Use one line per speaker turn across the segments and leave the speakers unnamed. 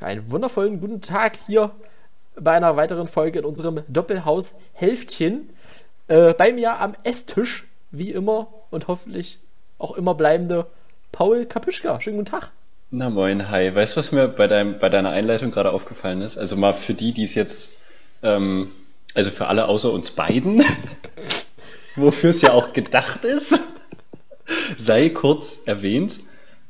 Einen wundervollen guten Tag hier bei einer weiteren Folge in unserem Doppelhaus Hälftchen. Äh, bei mir am Esstisch, wie immer und hoffentlich auch immer bleibende Paul Kapischka. Schönen guten Tag.
Na moin, hi. Weißt du, was mir bei, deinem, bei deiner Einleitung gerade aufgefallen ist? Also mal für die, die es jetzt, ähm, also für alle außer uns beiden, wofür es ja auch gedacht ist, sei kurz erwähnt.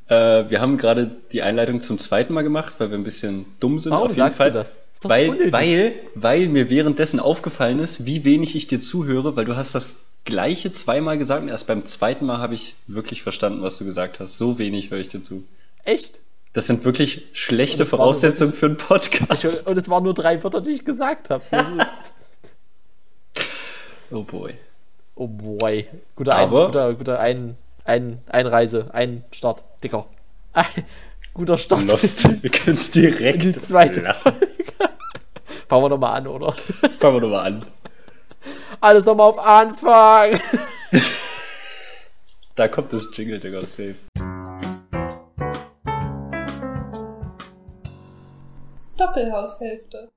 Äh, wir haben gerade die Einleitung zum zweiten Mal gemacht, weil wir ein bisschen dumm sind.
Warum
auf jeden
sagst
Fall.
du das? Ist doch
Weil,
unnötig.
weil, weil mir währenddessen aufgefallen ist, wie wenig ich dir zuhöre, weil du hast das gleiche zweimal gesagt und erst beim zweiten Mal habe ich wirklich verstanden, was du gesagt hast. So wenig höre ich dir zu.
Echt?
Das sind wirklich
Und
schlechte
das war nur
Voraussetzungen
wirklich-
für einen Podcast.
Ich, und es waren nur drei Wörter, die ich gesagt habe. Das ist jetzt-
Oh boy.
Oh boy. Guter, ein,
Aber-
guter, guter ein, ein, Einreise, ein Start, Dicker. Ein, guter Start.
Lost. Wir können es direkt
Die zweite
lassen.
Fangen wir nochmal an, oder?
Fangen wir nochmal an.
Alles nochmal auf Anfang.
Da kommt das Jingle, Digga, safe.
Doppelhaushälfte.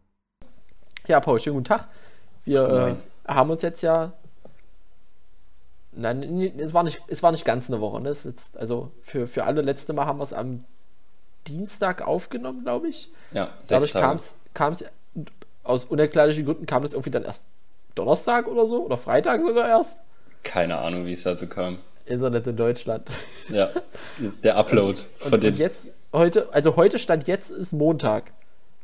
Ja, Paul, schönen guten Tag. Wir
Moin.
äh, haben uns jetzt ja. Nein, nee, es war nicht, es war nicht ganz eine Woche. Ne? Es ist jetzt, also für, für alle letzte Mal haben wir es am Dienstag aufgenommen, glaube ich.
Ja,
Dadurch
sechs Tage.
kam es aus unerklärlichen Gründen kam das irgendwie dann erst Donnerstag oder so oder Freitag sogar erst.
Keine Ahnung, wie es dazu kam.
Internet in Deutschland.
Ja, der Upload
Und,
von den.
und jetzt, heute, also heute stand jetzt ist Montag.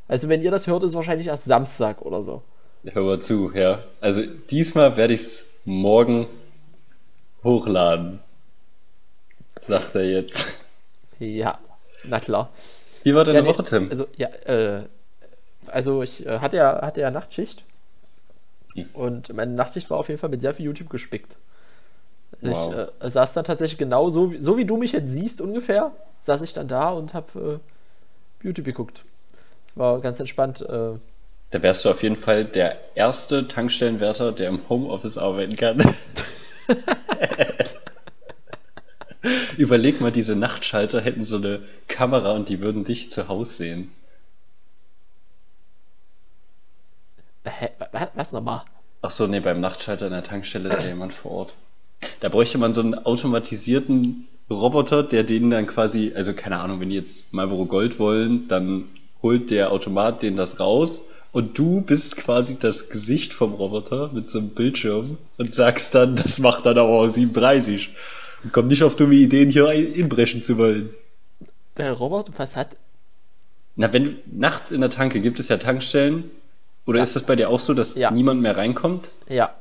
Also wenn ihr das hört, ist wahrscheinlich erst Samstag oder so.
Hör mal zu, ja. Also diesmal werde ich es morgen hochladen. Sagt er jetzt.
Ja, na klar.
Wie war deine
Ja, nee,
Woche, Tim?
Also, ja, äh, also ich äh, hatte, ja, hatte ja Nachtschicht.
Hm.
Und meine Nachtschicht war auf jeden Fall mit sehr viel YouTube gespickt. Also
Wow.
Ich äh, saß dann tatsächlich genau so, wie- so wie du mich jetzt siehst ungefähr, saß ich dann da und habe äh, YouTube geguckt. Es war ganz entspannt. Äh,
Da wärst du auf jeden Fall der erste Tankstellenwärter, der im Homeoffice arbeiten kann. Überleg mal, diese Nachtschalter hätten so eine Kamera und die würden dich zu Hause sehen.
hä, was, was nochmal?
Ach so, nee, beim Nachtschalter in der Tankstelle ist ja jemand vor Ort. Da bräuchte man so einen automatisierten Roboter, der denen dann quasi, also keine Ahnung, wenn die jetzt Marlboro Gold wollen, dann holt der Automat denen das raus und du bist quasi das Gesicht vom Roboter mit so einem Bildschirm und sagst dann, das macht dann aber auch 37. Und komm nicht auf dumme Ideen, hier ein- inbrechen zu wollen.
Der Robert, was hat.
Na, wenn nachts in der Tanke gibt es ja Tankstellen. Oder
Ja.
ist das bei dir auch so, dass
Ja.
niemand mehr reinkommt?
Ja,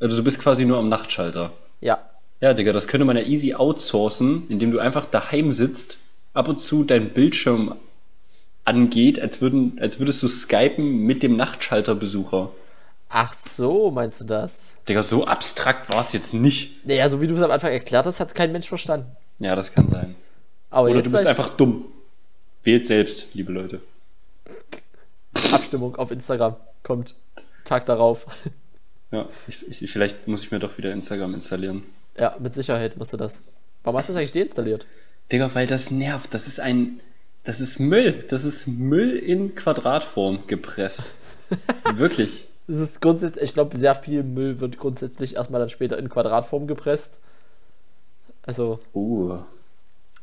Also du bist quasi nur am Nachtschalter.
ja.
Ja, Digga, das könnte man ja easy outsourcen, indem du einfach daheim sitzt, ab und zu dein Bildschirm angeht, als, würden, als würdest du skypen mit dem Nachtschalterbesucher.
Ach so, meinst du das?
Digga, so abstrakt war es jetzt nicht.
Naja, so wie du es am Anfang erklärt hast, hat es kein Mensch verstanden.
Ja, das kann sein.
Aber
Oder
jetzt
du bist
weiß-
einfach dumm. Wählt selbst, liebe Leute.
Abstimmung auf Instagram kommt. Tag darauf.
Ja, ich, ich, vielleicht muss ich mir doch wieder Instagram installieren.
Ja, mit Sicherheit musst du das. Warum hast du das eigentlich deinstalliert?
Digga, weil das nervt. Das ist ein. Das ist Müll. Das ist Müll in Quadratform gepresst. Wirklich.
Es ist grundsätzlich, ich glaube, sehr viel Müll wird grundsätzlich erstmal dann später in Quadratform gepresst. Also,
Uh.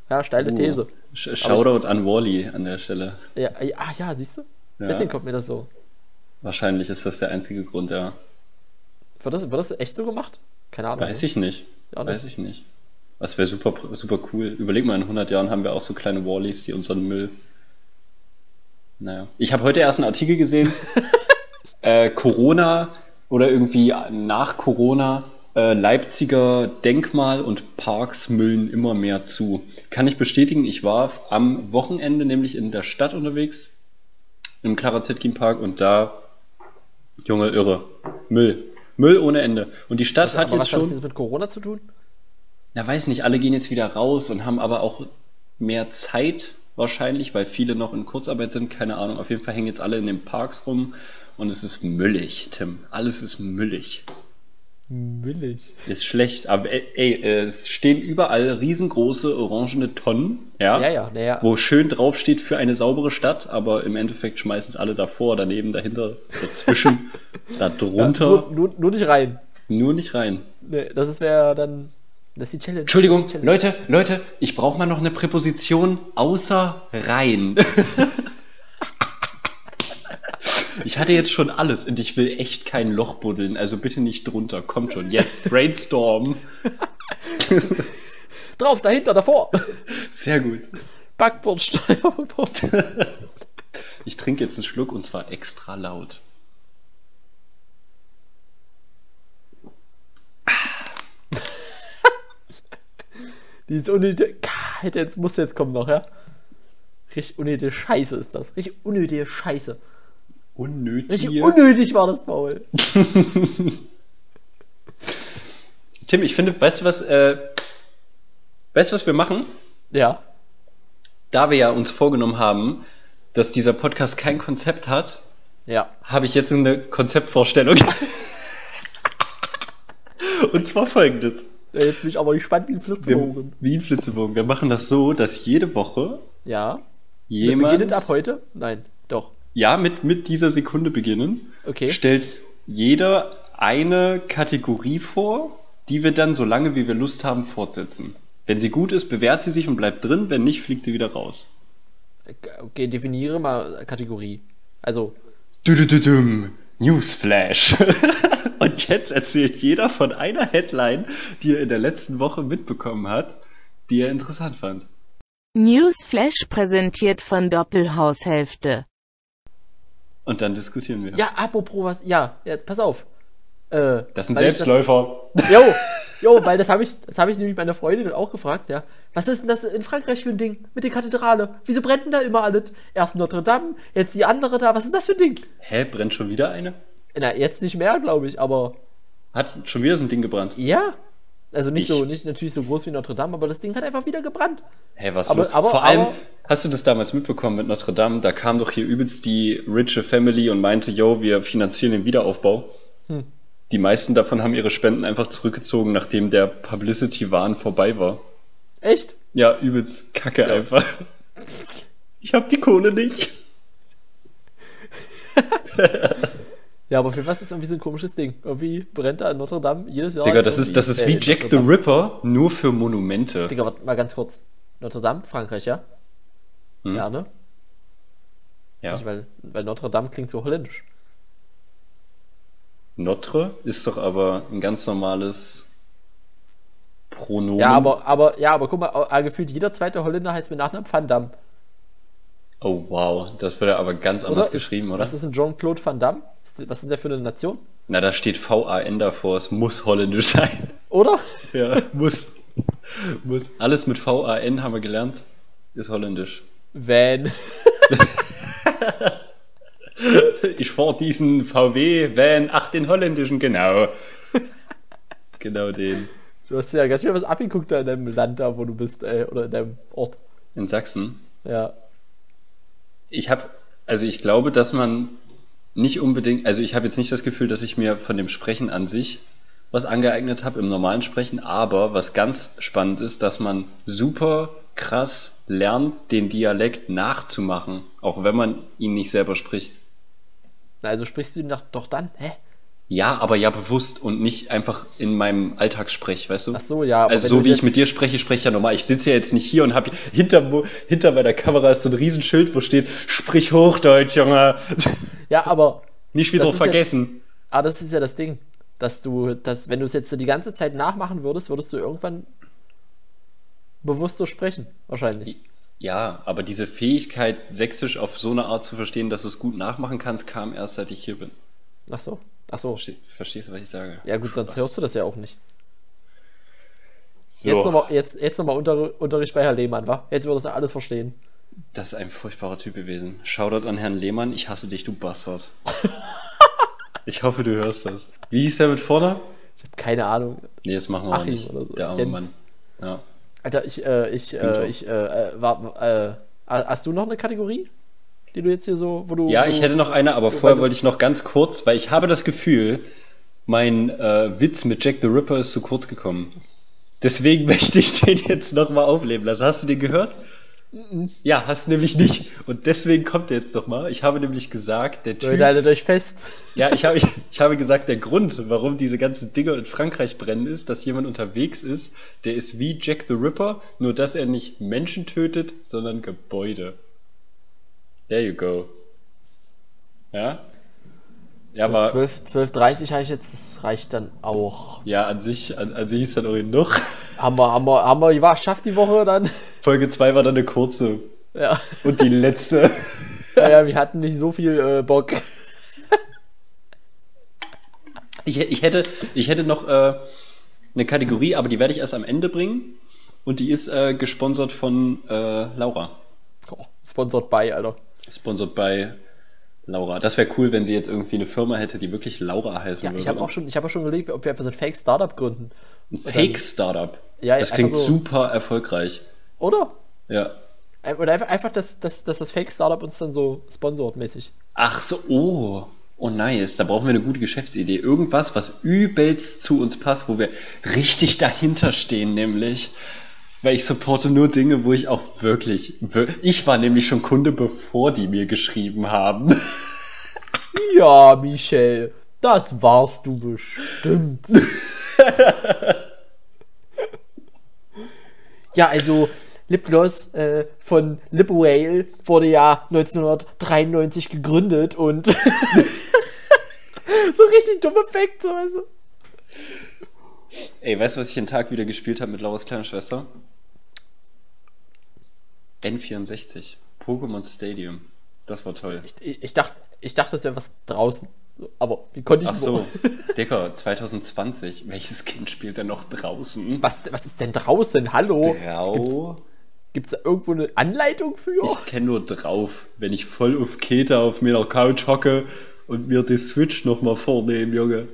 ja,
Oh.
steile These.
Sh Shoutout an Wally an der Stelle.
Ja, ja, ah ja, siehst du?
Ja.
Deswegen kommt mir das so.
Wahrscheinlich ist das der einzige Grund, ja.
Wird das, wird das echt so gemacht? Keine Ahnung.
Weiß ich nicht.
ne? Ja,
Weiß
das-
ich nicht. Das wäre super, super cool. Überleg mal, in 100 Jahren haben wir auch so kleine Wallys, die unseren Müll. Naja. Ich habe heute erst einen Artikel gesehen. äh, Corona oder irgendwie nach Corona. äh, Leipziger Denkmal und Parks müllen immer mehr zu. Kann ich bestätigen, ich war am Wochenende nämlich in der Stadt unterwegs, im Clara Zetkin Park und da, Junge, irre. Müll. Müll ohne Ende. Und die Stadt
Also,
hat
aber
jetzt
was
schon.
hat das jetzt mit Corona zu tun?
Na, weiß nicht, alle gehen jetzt wieder raus und haben aber auch mehr Zeit wahrscheinlich, weil viele noch in Kurzarbeit sind, keine Ahnung. Auf jeden Fall hängen jetzt alle in den Parks rum und es ist müllig, Tim. Alles ist müllig.
Millig.
Ist schlecht, aber äh, ey, ey, es stehen überall riesengroße orangene Tonnen, ja,
Ja, ja, naja.
wo schön draufsteht für eine saubere Stadt, aber im Endeffekt schmeißen es alle davor, daneben, dahinter, dazwischen, da drunter,
Nur, nur, nur nicht rein.
nur nicht rein.
Nee, das ist wäre dann. Das ist die Challenge.
Entschuldigung,
das ist die Challenge.
Leute, Leute, ich brauche mal noch eine Präposition außer rein. ich hatte jetzt schon alles und ich will echt kein Loch buddeln, also bitte nicht drunter. Kommt schon, jetzt brainstorm.
Drauf, dahinter, davor.
Sehr gut.
Backbord, Steuerbord.
Ich trinke jetzt einen Schluck und zwar extra laut.
Dieses unnötige. Ka- Hätte jetzt, muss jetzt kommen noch, ja? Richtig unnötige Scheiße ist das. Richtig unnötige Scheiße. Richtig
Unnötig.
unnötig war das, Paul.
Tim, ich finde, weißt du was, äh, weißt du was wir machen?
Ja.
Da wir ja uns vorgenommen haben, dass dieser Podcast kein Konzept hat,
Ja.
habe ich jetzt eine Konzeptvorstellung. Und zwar folgendes.
Ja, Jetzt bin ich aber gespannt wie ein
Wir,
Flitzebogen.
wie ein Flitzebogen. Wir machen das so, dass jede Woche
Ja. Wir
jemand.
beginnen ab heute? Nein, doch.
ja, mit, mit dieser Sekunde beginnen.
Okay.
Stellt jeder eine Kategorie vor, die wir dann so lange wie wir Lust haben fortsetzen. Wenn sie gut ist, bewährt sie sich und bleibt drin. Wenn nicht, fliegt sie wieder raus.
Okay, definiere mal Kategorie. Also,
Düdüdüdüm. Newsflash. Und jetzt erzählt jeder von einer Headline, die er in der letzten Woche mitbekommen hat, die er interessant fand.
Newsflash präsentiert von Doppelhaushälfte.
Und dann diskutieren wir.
ja, apropos was. Ja, jetzt pass auf. Äh,
Das sind
weil ich
Selbstläufer.
Jo, jo, weil das habe ich, das habe ich nämlich meiner Freundin auch gefragt, ja. Was ist denn das in Frankreich für ein Ding mit der Kathedrale? Wieso brennt denn da immer alles? Erst Notre Dame, jetzt die andere da. Was ist denn das für ein Ding?
Hä, brennt schon wieder eine?
Na, jetzt nicht mehr, glaube ich, aber
Hat schon wieder so ein Ding gebrannt.
ja. Also nicht
Ich-
so, nicht natürlich so groß wie Notre Dame, aber das Ding hat einfach wieder gebrannt.
Hey, was
Aber-
los?
aber-
Vor allem,
aber-
hast du das damals mitbekommen mit Notre Dame? Da kam doch hier übelst die riche Family und meinte, yo, wir finanzieren den Wiederaufbau.
Hm.
Die meisten davon haben ihre Spenden einfach zurückgezogen, nachdem der Publicity-Wahn vorbei war.
Echt?
Ja, übelst kacke einfach. Ich hab die Kohle nicht.
Ja, aber für was ist irgendwie so ein komisches Ding? Irgendwie brennt da in Notre Dame jedes Jahr.
Digga,
jetzt
das ist, das ist
irgendwie-
wie
äh,
Jack
Notre
the
Dame.
Ripper, nur für Monumente.
Digga, warte mal ganz kurz. Notre Dame, Frankreich, ja? Ja, ne?
Hm. Ja.
Ich, weil, weil Notre Dame klingt so holländisch.
Notre ist doch aber ein ganz normales Pronomen.
Ja, aber, aber, ja, aber guck mal, ah, gefühlt jeder zweite Holländer heißt mit Nachnamen Van Damme.
Oh wow, das wird ja aber ganz anders
Oder?
geschrieben,
ist,
oder?
Was ist ein Jean-Claude Van Damme? Ist, was ist der für eine Nation?
Na, da steht VAN davor, es muss holländisch sein.
Oder?
ja, muss. muss. Alles mit VAN haben wir gelernt, ist holländisch.
Van.
Ich fahr diesen VW-Van, ach, den holländischen, genau. genau den.
Du hast ja ganz schön was abgeguckt da in deinem Land da, wo du bist, ey, oder in deinem Ort.
In Sachsen.
Ja.
Ich habe, also ich glaube, dass man nicht unbedingt, also ich habe jetzt nicht das Gefühl, dass ich mir von dem Sprechen an sich was angeeignet habe im normalen Sprechen, aber was ganz spannend ist, dass man super krass lernt, den Dialekt nachzumachen, auch wenn man ihn nicht selber spricht.
Na, also sprichst du ihn nach, doch dann? Hä?
Ja, aber ja bewusst und nicht einfach in meinem Alltag sprech, weißt du?
Ach so, ja, aber
Also
wenn
so
du
wie ich
jetzt-
mit dir spreche, spreche ich ja normal. Ich sitze ja jetzt nicht hier und hab hinter, wo- hinter meiner Kamera ist so ein Riesenschild, wo steht, sprich Hochdeutsch, Junge.
Ja, aber.
Nicht wieder
Das ist ja-
vergessen.
Ah, das ist ja das Ding. Dass du, dass, wenn du es jetzt so die ganze Zeit nachmachen würdest, würdest du irgendwann bewusst so sprechen. Wahrscheinlich.
Ja, aber diese Fähigkeit, Sächsisch auf so eine Art zu verstehen, dass du es gut nachmachen kannst, kam erst, seit ich hier bin.
Ach so. Ach so.
Verste- Verstehst du, was ich sage?
Ja, gut, sonst hörst du das ja auch nicht.
So,
Jetzt nochmal jetzt, jetzt noch mal Unter Unterricht bei Herrn Lehmann, wa? Jetzt würdest du alles verstehen.
Das ist ein furchtbarer Typ gewesen. Shoutout an Herrn Lehmann, ich hasse dich, du Bastard. ich hoffe, du hörst das. Wie hieß der mit vorne?
Ich habe keine Ahnung.
Nee, das machen wir auch
Achim
nicht.
oder so.
Der arme
Jens.
Mann. Ja.
Alter, ich, äh, ich,
Günther.
äh, ich, äh, äh, war, äh, a- hast du noch eine Kategorie? Die du jetzt hier so, wo du.
ja,
wo
ich
oh. du-
hätte noch eine, aber
warte.
vorher wollte ich noch ganz kurz, weil ich habe das Gefühl, mein äh, Witz mit Jack the Ripper ist zu kurz gekommen. Deswegen möchte ich den jetzt nochmal aufleben lassen. Hast du den gehört?
Mhm.
Ja, hast du nämlich nicht. Und deswegen kommt er jetzt nochmal. Ich habe nämlich gesagt, der Typ.
Leute, haltet euch fest.
Ja, ich habe, ich, ich habe gesagt, der Grund, warum diese ganzen Dinger in Frankreich brennen, ist, dass jemand unterwegs ist, der ist wie Jack the Ripper, nur dass er nicht Menschen tötet, sondern Gebäude. There you go. Ja? Ja,
So,
aber
12, 12.30 habe ich jetzt, das reicht dann auch.
ja, an sich, an, an sich ist dann auch genug.
Haben wir, haben wir, haben wir geschafft die Woche dann?
Folge 2 war dann eine kurze.
Ja.
Und die letzte.
ja, ja wir hatten nicht so viel äh, Bock.
Ich, hä- ich, hätte, ich hätte noch äh, eine Kategorie, aber die werde ich erst am Ende bringen. Und die ist äh, gesponsert von äh, Laura.
Oh, sponsored by, Alter.
Sponsored bei Laura. Das wäre cool, wenn sie jetzt irgendwie eine Firma hätte, die wirklich Laura heißen
Ja,
würde.
ich habe auch schon, ich habe auch schon überlegt, ob wir einfach so ein Fake-Startup gründen.
Ein Fake-Startup.
Ja,
das
einfach
klingt
so-
super erfolgreich.
Oder?
Ja.
Ein- Oder einfach, einfach dass, dass, dass das Fake-Startup uns dann so sponsort mäßig.
Ach so, oh. Oh nice, da brauchen wir eine gute Geschäftsidee. Irgendwas, was übelst zu uns passt, wo wir richtig dahinter stehen, nämlich. Weil ich supporte nur Dinge, wo ich auch wirklich. wir- Ich war nämlich schon Kunde, bevor die mir geschrieben haben.
Ja, Michel, das warst du bestimmt. ja, also Lipgloss äh, von Lip Whale wurde ja 1993 gegründet und so richtig dumme Fact, so weißt du.
Ey, weißt du, was ich den Tag wieder gespielt habe mit Lauras kleiner Schwester? N64. Pokémon Stadium. Das war toll.
Ich, ich, ich dachte, ich dachte, es wäre was draußen. Aber wie konnte ich
Ach so, Dicker, 2020. Welches Kind spielt denn noch draußen?
Was, was ist denn draußen? Hallo?
Grau.
Gibt's da irgendwo eine Anleitung für?
Ich kenne nur drauf, wenn ich voll auf Keter auf meiner Couch hocke und mir die Switch nochmal vornehme, Junge.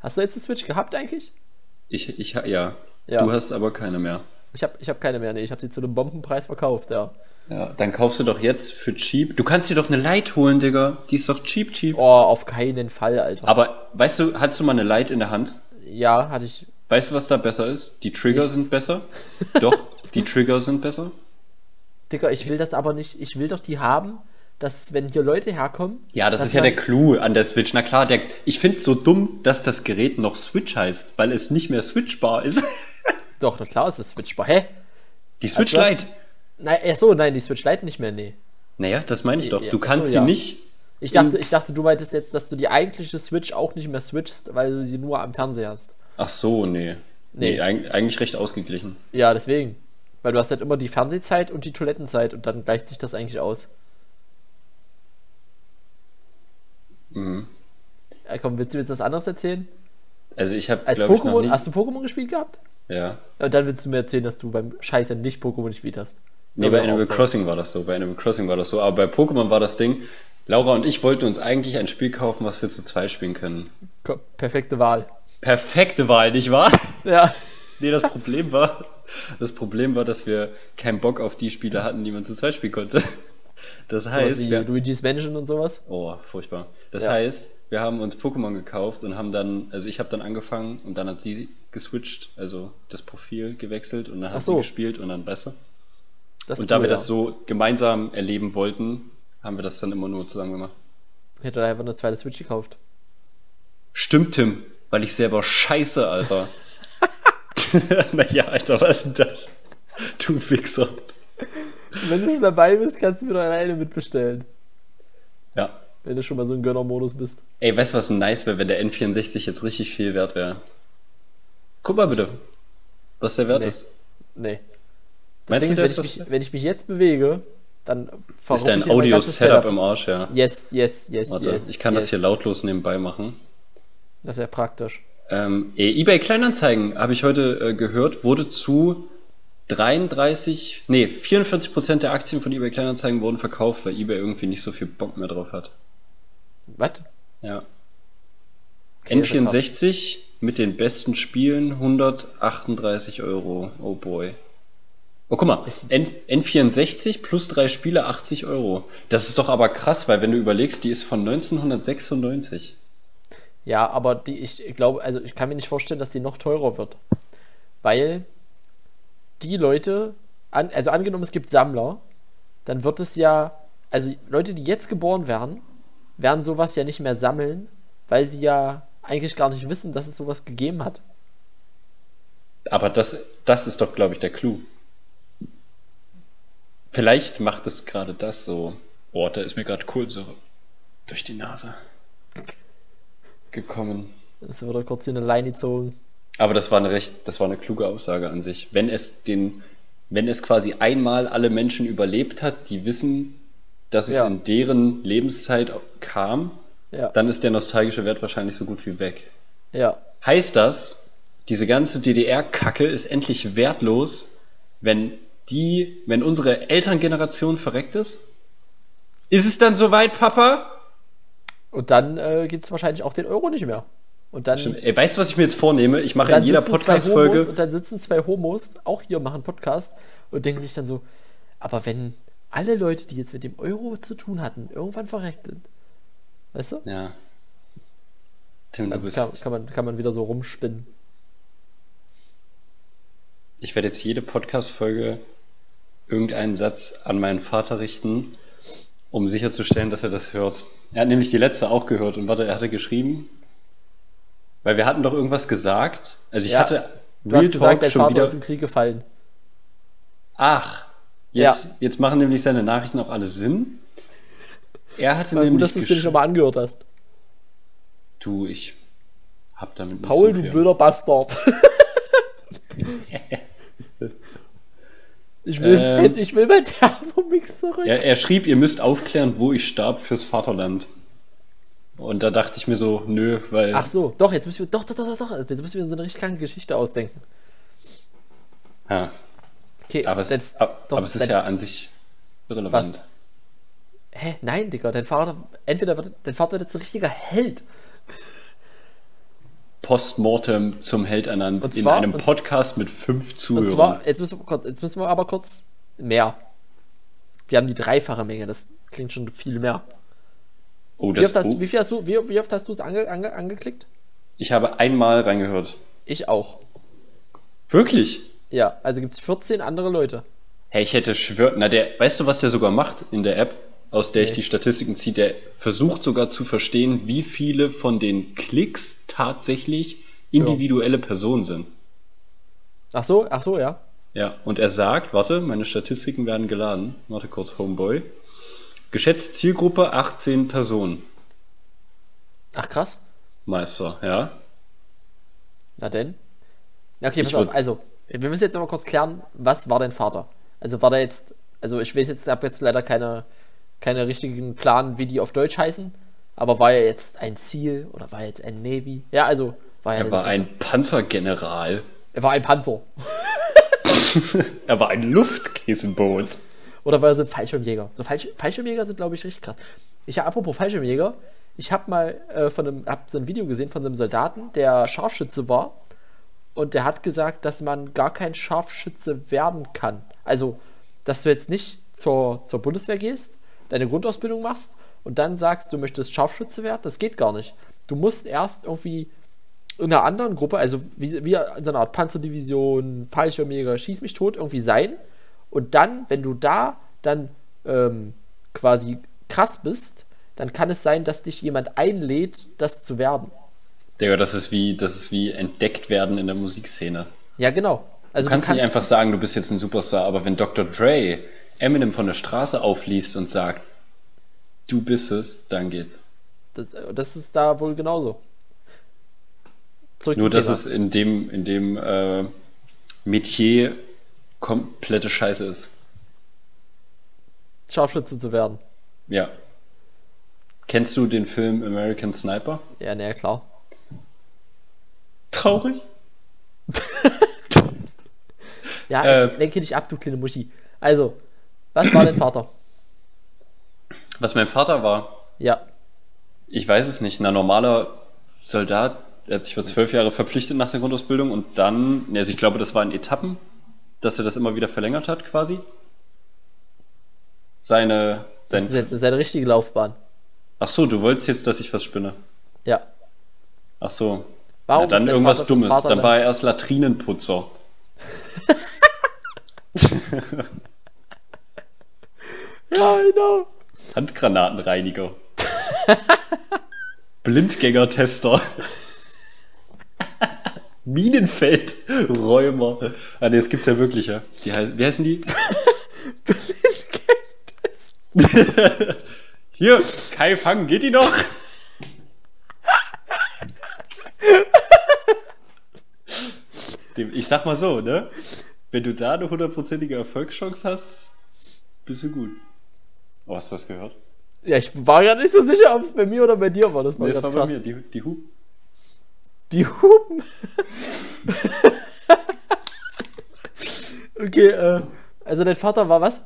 Hast du jetzt eine Switch gehabt eigentlich?
Ich, ich, ja.
Ja.
Du hast aber keine mehr.
Ich habe ich hab keine mehr, nee, ich habe sie zu einem Bombenpreis verkauft, ja.
Ja, dann kaufst du doch jetzt für cheap. Du kannst dir doch eine Light holen, Digga. Die ist doch cheap, cheap.
Oh, auf keinen Fall, Alter.
Aber weißt du, hast du mal eine Light in der Hand?
Ja, hatte ich.
Weißt du, was da besser ist? Die Trigger
Nichts.
sind besser. Doch, die Trigger sind besser.
Digga, ich will das aber nicht. Ich will doch die haben, dass wenn hier Leute herkommen.
Ja, das
dass
ist ja
man-
der Clou an der Switch. Na klar, der, ich find's so dumm, dass das Gerät noch Switch heißt, weil es nicht mehr switchbar ist.
Doch, na klar ist es switchbar. Hä?
Die Switch
Also das-
Lite.
Nein, ach so, nein, die Switch Lite nicht mehr, nee.
Naja, das meine ich doch.
Ja,
Du
ach
kannst
so,
sie
ja.
nicht.
Ich dachte, ich dachte, du meintest jetzt, dass du die eigentliche Switch auch nicht mehr switchst, weil du sie nur am Fernseher hast.
Ach so, nee. Nee,
Nee.
eig eigentlich recht ausgeglichen.
Ja, deswegen. Weil du hast halt immer die Fernsehzeit und die Toilettenzeit und dann gleicht sich das eigentlich aus.
Mhm.
Ja, Äh, komm, willst du mir jetzt was anderes erzählen?
Also ich habe
Als
ich, noch
Pokémon,
nie,
hast du Pokémon gespielt gehabt?
ja.
Ja, Und dann willst du mir erzählen, dass du beim Scheiße nicht Pokémon gespielt hast.
Nee, bei Animal
Aufhören.
Crossing war das so. Bei Animal Crossing war das so. Aber bei Pokémon war das Ding. Laura und ich wollten uns eigentlich ein Spiel kaufen, was wir zu zwei spielen können.
Komm, perfekte Wahl.
Perfekte Wahl, nicht wahr?
Ja.
Nee, das Problem war, das Problem war, dass wir keinen Bock auf die Spiele hatten, die man zu zweit spielen konnte. Das
Sowas
heißt,
wie
wir,
Luigi's Mansion und sowas.
oh, furchtbar. Das
Ja.
heißt, wir haben uns Pokémon gekauft und haben dann, also ich habe dann angefangen und dann hat sie geswitcht, also das Profil gewechselt und dann
Ach
hat
so.
sie gespielt und dann besser.
Das
Und da wir
ja.
das so gemeinsam erleben wollten, haben wir das dann immer nur zusammen gemacht.
Ich hätte da einfach eine zweite Switch gekauft.
Stimmt, Tim, weil ich selber scheiße, Alter. naja, Alter, was ist denn das? Du Wichser.
Wenn du schon dabei bist, kannst du mir doch alleine mitbestellen.
Ja,
Wenn du schon mal so ein Gönnermodus bist.
Ey, weißt du, was nice wäre, wenn der N64 jetzt richtig viel wert wäre? Guck mal bitte, was der wert
Nee.
ist.
Nee. Das
Meinst
Ding ist,
du, der
wenn ich,
ist was
mich, wenn ich mich jetzt bewege, dann
Ist
verrufe ich
dein
hier mein ganzes
Audio-Setup im Arsch, ja.
Yes, yes, yes,
Warte,
yes.
ich kann
yes.
das hier lautlos nebenbei machen.
Das ist ja praktisch.
Ähm, ey, eBay Kleinanzeigen, habe ich heute äh, gehört, wurde zu 33, nee, 44% der Aktien von eBay Kleinanzeigen wurden verkauft, weil eBay irgendwie nicht so viel Bock mehr drauf hat.
Was?
Ja.
Okay, ist ja krass.
N64 mit den besten Spielen 138 Euro. Oh boy. Oh, guck mal, N N64 plus drei Spiele 80 Euro. Das ist doch aber krass, weil wenn du überlegst, die ist von 1996.
Ja, aber die, ich glaube, also ich kann mir nicht vorstellen, dass die noch teurer wird. Weil die Leute, an, also angenommen, es gibt Sammler, dann wird es ja, also Leute, die jetzt geboren werden, werden sowas ja nicht mehr sammeln, weil sie ja eigentlich gar nicht wissen, dass es sowas gegeben hat.
Aber das, das ist doch, glaube ich, der Clou. Vielleicht macht es gerade das so. Boah, da ist mir gerade Kohlensäure durch die Nase gekommen.
Es wird kurz hier eine Leine gezogen.
Aber das war eine recht, das war eine kluge Aussage an sich. Wenn es den, wenn es quasi einmal alle Menschen überlebt hat, die wissen, dass es
Ja.
in deren Lebenszeit kam,
Ja,
dann ist der nostalgische Wert wahrscheinlich so gut wie weg.
ja,
Heißt das, diese ganze DDR-Kacke ist endlich wertlos, wenn die, wenn unsere Elterngeneration verreckt ist? Ist es dann soweit, Papa?
Und dann äh, gibt es wahrscheinlich auch den Euro nicht mehr. Und dann,
Stimmt. Ey, weißt du, was ich mir jetzt vornehme? Ich mache
dann
in jeder
sitzen zwei Homos
Podcast-Folge.
und dann sitzen zwei Homos auch hier machen Podcast und denken sich dann so, aber wenn alle Leute, die jetzt mit dem Euro zu tun hatten, irgendwann verreckt sind, weißt du?
Ja. Tim, du
Dann
bist.
kann, kann, man, kann man wieder so rumspinnen.
Ich werde jetzt jede Podcast-Folge irgendeinen Satz an meinen Vater richten, um sicherzustellen, dass er das hört. Er hat nämlich die letzte auch gehört und warte, er hatte geschrieben, weil wir hatten doch irgendwas gesagt. Also ich
Ja,
hatte
Du hast gesagt, dein Vater ist im Krieg gefallen.
Ach, jetzt, jetzt machen nämlich seine Nachrichten auch alle Sinn. Er hatte
War
nämlich
gut, dass du es dir nicht
geschrieben-
nochmal angehört hast.
Du, ich hab damit nicht
Paul,
so
du
viel.
blöder Bastard. ich, will,
Ähm.
ich will mein Thermomix zurück.
Er, er schrieb, ihr müsst aufklären, wo ich starb fürs Vaterland. Und da dachte ich mir so, nö, weil
Ach so, doch, jetzt müssen wir, doch, doch, doch, doch, doch, jetzt müssen wir uns eine richtig kranke Geschichte ausdenken.
ja,
Okay,
Aber es,
dein,
ab,
doch,
aber es ist
dein,
ja an sich irrelevant.
Was? Hä? Nein, Digga, dein Vater, entweder wird, dein Vater wird jetzt ein richtiger Held.
Postmortem zum Held ernannt
Und
in
zwar-
einem
und-
Podcast mit fünf Zuhörern.
Und zwar, jetzt müssen, wir kurz, jetzt müssen wir aber kurz mehr. Wir haben die dreifache Menge, das klingt schon viel mehr.
oh,
Wie
das,
oft hast,
oh,
wie viel hast du, wie, wie oft hast du es ange, ange, angeklickt?
ich habe einmal reingehört.
Ich auch.
Wirklich?
Ja, also gibt es 14 andere Leute.
Hey, ich hätte schwört. Na, der, weißt du, was der sogar macht in der App, aus der ich
Nee.
die Statistiken ziehe? Der versucht sogar zu verstehen, wie viele von den Klicks tatsächlich individuelle Personen sind.
Ach so, ach so, ja.
Ja, und er sagt, warte, meine Statistiken werden geladen. Warte kurz, Homeboy. Geschätzte Zielgruppe 18 Personen.
Ach krass.
Meister, ja.
Na denn? Ja, Okay,
Ich
pass
würd-
auf. Also, wir müssen jetzt aber kurz klären, was war dein Vater? Also war der jetzt, also ich weiß jetzt, ich habe jetzt leider keine, keine richtigen Plan, wie die auf Deutsch heißen, aber war er jetzt ein Ziel oder war er jetzt ein Navy? Ja, also war er,
Er
denn-
war ein Panzergeneral.
er war ein Panzer
Er war ein Luftkäseboot.
oder war er so ein Fallschirmjäger? So Fallsch Fallschirmjäger sind, glaube ich, richtig krass. Ich ja, apropos Fallschirmjäger, ich habe mal äh, von einem, hab so ein Video gesehen von einem Soldaten, der Scharfschütze war und der hat gesagt, dass man gar kein Scharfschütze werden kann. Also, dass du jetzt nicht zur, zur Bundeswehr gehst, deine Grundausbildung machst und dann sagst, du möchtest Scharfschütze werden, das geht gar nicht. Du musst erst irgendwie in einer anderen Gruppe, also wie, wie in so einer Art Panzerdivision, Fallschirmjäger, schieß mich tot, irgendwie sein. Und dann, wenn du da dann ähm, quasi krass bist, dann kann es sein, dass dich jemand einlädt, das zu werden.
Digga, das ist wie, das ist wie entdeckt werden in der Musikszene.
Ja, genau. Also
Du kannst nicht einfach sagen, du bist jetzt ein Superstar, aber wenn Dr. Dre Eminem von der Straße aufliest und sagt, du bist es, dann geht's.
Das, das ist da wohl genauso. Zurück
Nur,
zum
dass
Thema.
es in dem, in dem äh, Metier komplette Scheiße ist.
Scharfschütze zu werden.
Ja. Kennst du den Film American Sniper?
Ja, naja, klar.
Traurig.
Ja,
Äh.
jetzt lenke dich ab, du kleine Muschi. Also, was war dein Vater?
Was mein Vater war,
Ja,
Ich weiß es nicht. Ein normaler Soldat, er hat sich für zwölf Jahre verpflichtet nach der Grundausbildung und dann, ne, also ich glaube, das war in Etappen, dass er das immer wieder verlängert hat, quasi. Seine.
das ist
Sein,
jetzt seine richtige Laufbahn.
ach so, du wolltest jetzt, dass ich was spinne.
Ja.
Ach so.
Warum
Na,
ist
dann
dein
irgendwas
Vater fürs
Dummes. Dann
Vaterland?
war er erst Latrinenputzer.
Ja, genau.
Handgranatenreiniger. Blindgängertester. Minenfeldräumer. Ah, ne, es gibt's ja wirklich, ja. Die heißen, wie heißen die? Hier, Kai Fang, geht die noch? Dem- Ich sag mal so, ne? Wenn du da eine hundertprozentige Erfolgschance hast, bist du gut. Oh, hast du das gehört?
Ja, ich war gerade nicht so sicher, ob es bei mir oder bei dir war. Das war
Nee, das
gerade
war bei
krass.
mir, die, die Hub.
Die Hupen. okay, äh, also dein Vater war was?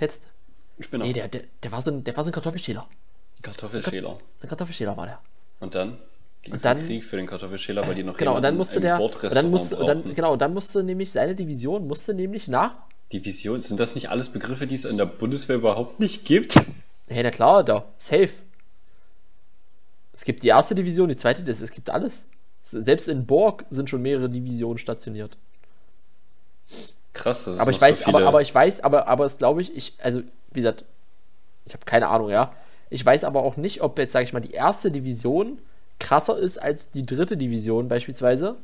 Jetzt?
Spinner.
Nee, der, der, der, war so ein, der war so ein Kartoffelschäler.
Kartoffelschäler.
So ein Kartoffelschäler war der.
Und dann ging es
dann-
den Krieg für den Kartoffelschäler, weil die noch
Genau, und dann
jemanden
musste
im
der. Und
Bordrestaurant
dann musste, und dann,
brauchten.
genau, und dann musste nämlich seine Division musste nämlich nach.
Die Vision, sind das nicht alles Begriffe, die es in der Bundeswehr überhaupt nicht gibt?
Hey, na klar, da. Safe. Es gibt die erste Division, die zweite, das, es gibt alles. Selbst in Borg sind schon mehrere Divisionen stationiert.
Krass, das ist
Aber
noch
ich weiß,
so
aber,
viele-
aber ich weiß, aber, aber es glaube ich, ich, also, wie gesagt, ich habe keine Ahnung, ja. Ich weiß aber auch nicht, ob jetzt, sage ich mal, die erste Division krasser ist als die dritte Division beispielsweise.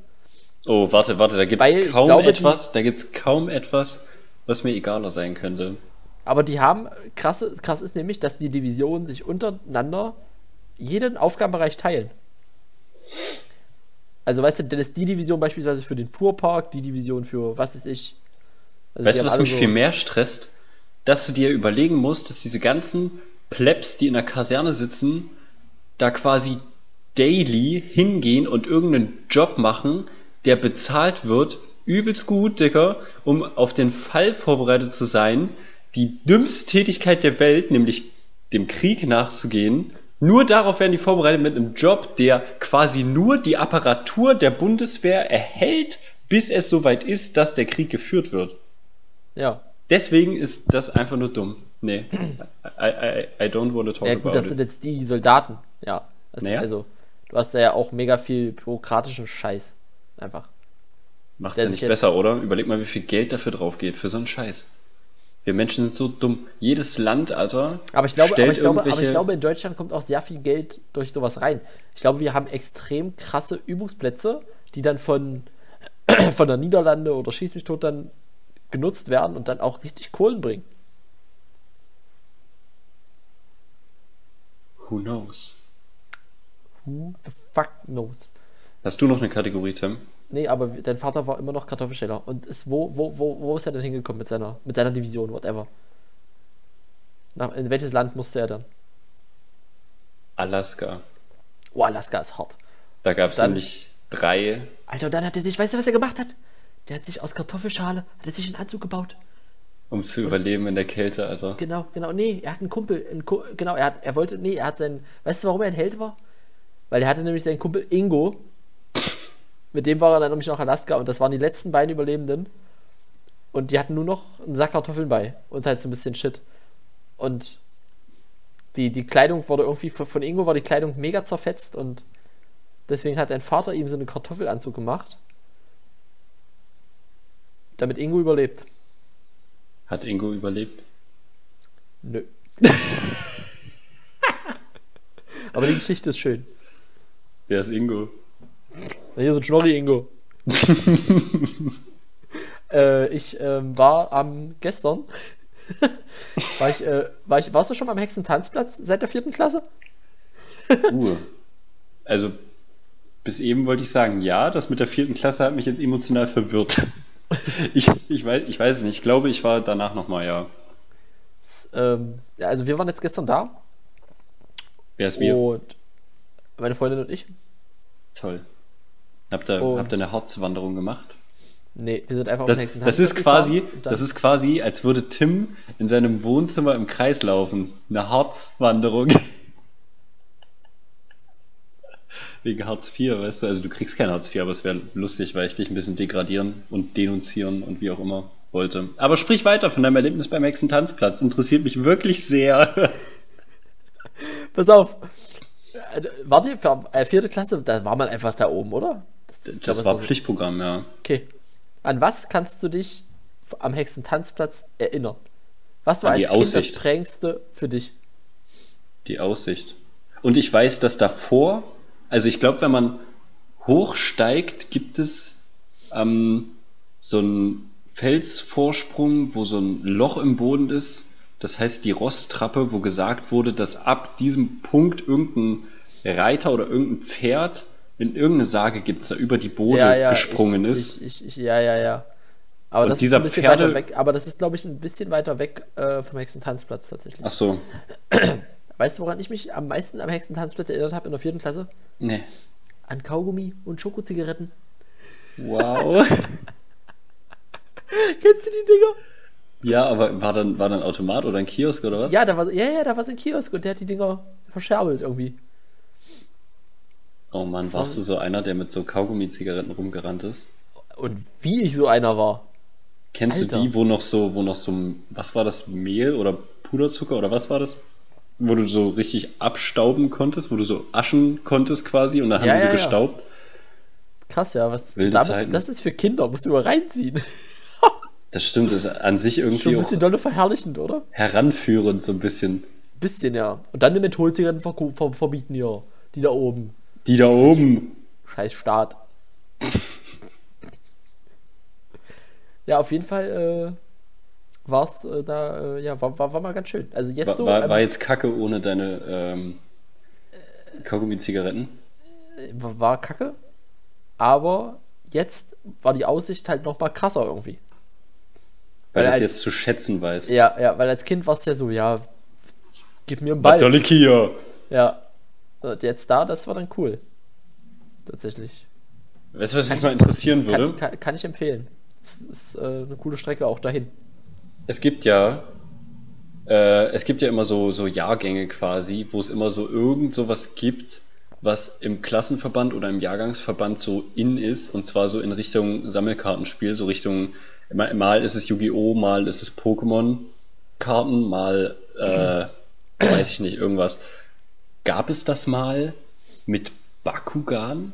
Oh, warte, warte, da gibt
Weil ich
es kaum
glaube, die-
etwas, da gibt's kaum etwas, was mir egaler sein könnte.
Aber die haben, krasse, krass ist nämlich, dass die Divisionen sich untereinander jeden Aufgabenbereich teilen. Also, weißt du, dann ist die Division beispielsweise für den Fuhrpark, die Division für was weiß ich. Also die
weißt du,
haben
was
alle
mich
so-
viel mehr stresst? Dass du dir überlegen musst, dass diese ganzen Plebs, die in der Kaserne sitzen, da quasi daily hingehen und irgendeinen Job machen, der bezahlt wird, übelst gut, Dicker, um auf den Fall vorbereitet zu sein, die dümmste Tätigkeit der Welt, nämlich dem Krieg nachzugehen. Nur darauf werden die vorbereitet mit einem Job, der quasi nur die Apparatur der Bundeswehr erhält, bis es soweit ist, dass der Krieg geführt wird.
Ja.
Deswegen ist das einfach nur dumm. Nee. I, I, I don't want to talk
Ja, gut,
about
das sind
it.
jetzt die Soldaten. Ja. Das,
Naja.
Also, du hast da ja auch mega viel bürokratischen Scheiß. Einfach.
Macht
der
ja
sich
nicht
jetzt-
besser, oder? Überleg mal, wie viel Geld dafür drauf geht, für so einen Scheiß. Wir Menschen sind so dumm. Jedes Land, Alter.
Aber ich, glaube, aber,
stellt
ich glaube, aber ich
irgendwelche-
glaube, in Deutschland kommt auch sehr viel Geld durch sowas rein. Ich glaube, wir haben extrem krasse Übungsplätze, die dann von, von der Niederlande oder Schieß mich tot dann genutzt werden und dann auch richtig Kohlen bringen.
Who knows?
Who
Hm.
the fuck knows?
Hast du noch eine Kategorie, Tim?
Nee, aber dein Vater war immer noch Kartoffelsteller. Und ist, wo, wo, wo, wo ist er denn hingekommen mit seiner, mit seiner Division, whatever? Nach, in welches Land musste er dann?
Alaska.
Oh, Alaska ist hart.
Da gab es
Dann-
nämlich drei.
Alter, und dann hat er sich, weißt du, was er gemacht hat? Der hat sich aus Kartoffelschale, hat er sich einen Anzug gebaut.
Um zu überleben in der Kälte, Alter.
Genau, genau. Nee, er hat einen Kumpel. Einen Ku genau, er, hat, er wollte. Nee, er hat seinen. Weißt du, warum er ein Held war? Weil er hatte nämlich seinen Kumpel Ingo. Mit dem war er dann nämlich nach Alaska und das waren die letzten beiden Überlebenden. Und die hatten nur noch einen Sack Kartoffeln bei und halt so ein bisschen Shit. Und die, die Kleidung wurde irgendwie. Von von Ingo war die Kleidung mega zerfetzt und deswegen hat dein Vater ihm so einen Kartoffelanzug gemacht. Damit Ingo überlebt.
Hat Ingo überlebt?
Nö. Aber die Geschichte ist schön.
Wer ist Ingo?
Na, Hier ist ein Schnorri-Ingo. äh, ich ähm, war am gestern. war ich, äh, war ich, warst du schon mal am Hexentanzplatz seit der vierten Klasse?
Uh. Also, bis eben wollte ich sagen, ja, das mit der vierten Klasse hat mich jetzt emotional verwirrt. Ich, ich, weiß, ich weiß es nicht. Ich glaube, ich war danach nochmal, ja.
Ähm, ja, also wir waren jetzt gestern da
Wer ist wir?
und meine Freundin und ich.
Toll. Habt ihr,
Und-
habt ihr eine Harzwanderung gemacht?
Nee, wir sind einfach auf den
Das, das,
Hexentanzplatz
ist quasi,
gefahren und dann-
das ist quasi, als würde Tim in seinem Wohnzimmer im Kreis laufen. Eine Harzwanderung. Wegen Hartz IV, weißt du? Also du kriegst kein Hartz IV, aber es wäre lustig, weil ich dich ein bisschen degradieren und denunzieren und wie auch immer wollte. Aber sprich weiter von deinem Erlebnis beim Hexentanzplatz. Interessiert mich wirklich sehr.
Pass auf. Äh, War die ver- äh, vierte Klasse, da war man einfach da oben, oder?
Das,
glaub,
war
so.
Pflichtprogramm, ja.
Okay. An was kannst du dich f- am Hexentanzplatz erinnern? Was war
An die
als Kind das
Aussicht.
prägendste für dich?
Die Aussicht. Und ich weiß, dass davor, also ich glaube, wenn man hochsteigt, gibt es ähm, so einen Felsvorsprung, wo so ein Loch im Boden ist. Das heißt die Rosttrappe, wo gesagt wurde, dass ab diesem Punkt irgendein Reiter oder irgendein Pferd in irgendeine Sage gibt es da über die Bode gesprungen
ich,
ist.
Ich, ich, ich, ja, ja, ja. Aber das
dieser
ist ein bisschen
Pferde-
weiter weg. Aber das ist, glaube ich, ein bisschen weiter weg äh, vom Hexentanzplatz tatsächlich.
Ach so,
Weißt du, woran ich mich am meisten am Hexentanzplatz erinnert habe in der vierten Klasse?
nee.
An Kaugummi und Schokozigaretten.
Wow.
Kennst du die Dinger?
ja, aber war dann, war dann ein Automat oder ein Kiosk oder was?
Ja, da war, ja, ja, da war so ein Kiosk und der hat die Dinger verscherbelt irgendwie.
Oh Mann,
war-
warst du so einer, der mit so Kaugummi-Zigaretten rumgerannt ist?
Und wie ich so einer war.
Kennst
Alter.
du die, wo noch so, wo noch so, was war das, Mehl oder Puderzucker oder was war das? Wo du so richtig abstauben konntest, wo du so aschen konntest quasi und dann
Ja,
haben die
ja,
so
ja.
gestaubt.
Krass, ja, was
Wilde
damit,
Zeiten.
das ist für Kinder, musst du mal reinziehen.
Das stimmt, das ist an sich
Schon
irgendwie
ein
auch
bisschen dolle verherrlichend, oder?
heranführend so ein bisschen.
Bisschen, ja. Und dann die Mentholzigaretten ver ver verbieten hier. Die da oben.
Die da oben.
Scheiß Staat. ja, auf jeden Fall äh, war es äh, da, äh, ja, war, war, war mal ganz schön. Also jetzt
War,
so,
war,
ähm,
war jetzt kacke ohne deine ähm, Kaugummi-Zigaretten.
war, war kacke, aber jetzt war die Aussicht halt noch mal krasser irgendwie. Weil
Weil du es
als-
jetzt zu schätzen weißt.
Ja, ja, weil als Kind war es ja so, ja, gib mir einen
Was
Ball.
soll ich hier?
Ja. Und jetzt da, das war dann cool. Tatsächlich.
Weißt du, was mich mal interessieren würde?
Kann, kann, kann ich empfehlen. Es ist äh, eine coole Strecke auch dahin.
Es gibt ja, äh, es gibt ja immer so, so Jahrgänge quasi, wo es immer so irgend sowas gibt, was im Klassenverband oder im Jahrgangsverband so in ist, und zwar so in Richtung Sammelkartenspiel, so Richtung, mal, mal ist es Yu-Gi-Oh!, mal ist es Pokémon-Karten, mal, äh, weiß ich nicht, irgendwas. Gab es das mal mit Bakugan?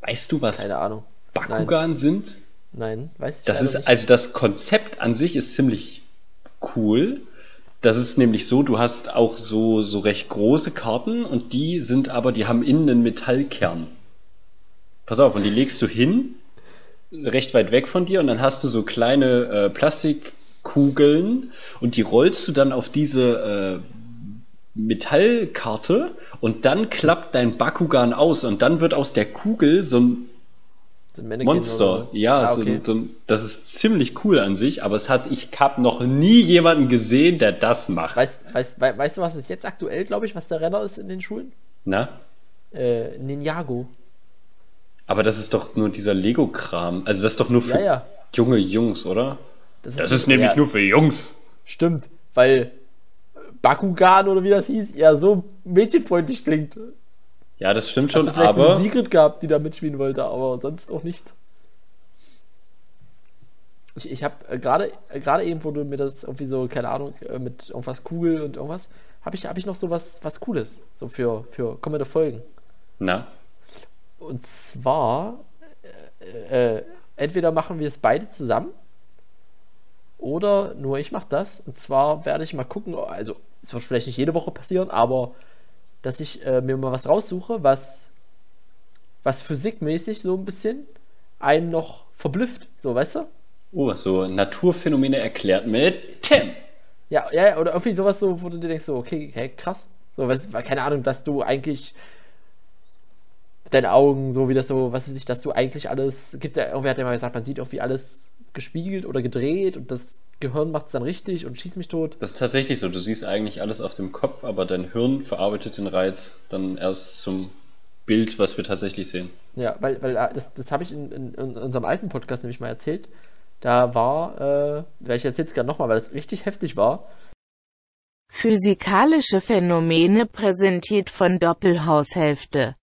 Weißt du, was
Keine Ahnung.
Bakugan sind?
Nein, weiß ich
Das
leider
ist,
nicht.
also das Konzept an sich ist ziemlich cool. Das ist nämlich so, du hast auch so, so recht große Karten und die sind aber, die haben innen einen Metallkern. Pass auf, und die legst du hin, recht weit weg von dir, und dann hast du so kleine äh, Plastikkugeln und die rollst du dann auf diese äh, Metallkarte und dann klappt dein Bakugan aus und dann wird aus der Kugel so ein
So ein Mannequin
Monster,
oder-
ja,
Ah,
so,
okay.
ein- so, ein- das ist ziemlich cool an sich, aber es hat, ich habe noch nie jemanden gesehen, der das macht.
Weißt, weißt, wei- weißt du, was ist jetzt aktuell, glaube ich, was der Renner ist in den Schulen?
Na?
Äh, Ninjago.
Aber das ist doch nur dieser Lego-Kram. Also das ist doch nur für
Ja, ja.
junge Jungs, oder?
Das
Das ist nämlich
ja,
nur für Jungs.
Stimmt, weil Bakugan oder wie das hieß, ja so mädchenfreundlich klingt.
Ja, das stimmt
Hast
schon,
du vielleicht
aber
einen Sigrid gehabt, die da mitspielen wollte, aber sonst auch nichts. Ich, ich habe äh, gerade äh, gerade eben, wo du mir das irgendwie so, keine Ahnung, äh, mit irgendwas Kugel und irgendwas, habe ich, hab ich noch so was, was Cooles, so für, für kommende Folgen.
na,
Und zwar, äh, äh, entweder machen wir es beide zusammen oder nur ich mache das. Und zwar werde ich mal gucken, also es wird vielleicht nicht jede Woche passieren, aber dass ich äh, mir mal was raussuche, was, was physikmäßig so ein bisschen einen noch verblüfft, so weißt du?
oh, so Naturphänomene erklärt mit Tim.
Ja, ja, ja, oder irgendwie sowas so, wo du dir denkst, so, okay, hä, krass. So, weißt, du, keine Ahnung, dass du eigentlich mit deinen Augen, so wie das so, was weiß ich, dass du eigentlich alles, gibt ja, irgendwer hat ja mal gesagt, man sieht irgendwie alles gespiegelt oder gedreht und das Gehirn macht es dann richtig und schießt mich tot.
Das ist tatsächlich so, du siehst eigentlich alles auf dem Kopf, aber dein Hirn verarbeitet den Reiz dann erst zum Bild, was wir tatsächlich sehen.
Ja, weil, weil äh, das, das habe ich in, in, in unserem alten Podcast nämlich mal erzählt. Da war, äh, weil ich erzähle es gerne nochmal, weil das richtig heftig war.
Physikalische Phänomene präsentiert von Doppelhaushälfte.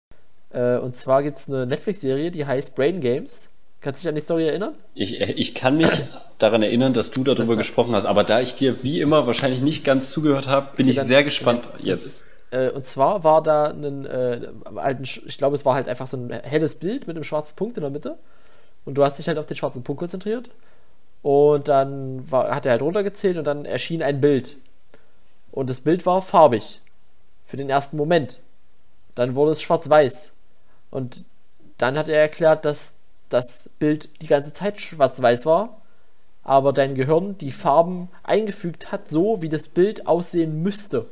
Äh, und zwar gibt es eine Netflix-Serie, die heißt Brain Games. Kannst du dich an die Story erinnern?
Ich, äh, ich kann mich daran erinnern, dass du darüber
Das-
gesprochen hast, aber da ich dir wie immer wahrscheinlich nicht ganz zugehört habe, bin
Okay,
ich
dann-
sehr gespannt
dann- Das
jetzt.
ist, Äh, und zwar war da ein, äh, am alten, Sch- ich glaube, es war halt einfach so ein helles Bild mit einem schwarzen Punkt in der Mitte. Und du hast dich halt auf den schwarzen Punkt konzentriert. Und dann war, hat er halt runtergezählt und dann erschien ein Bild. Und das Bild war farbig. Für den ersten Moment. Dann wurde es schwarz-weiß. Und dann hat er erklärt, dass das Bild die ganze Zeit schwarz-weiß war, aber dein Gehirn die Farben eingefügt hat, so wie das Bild aussehen müsste.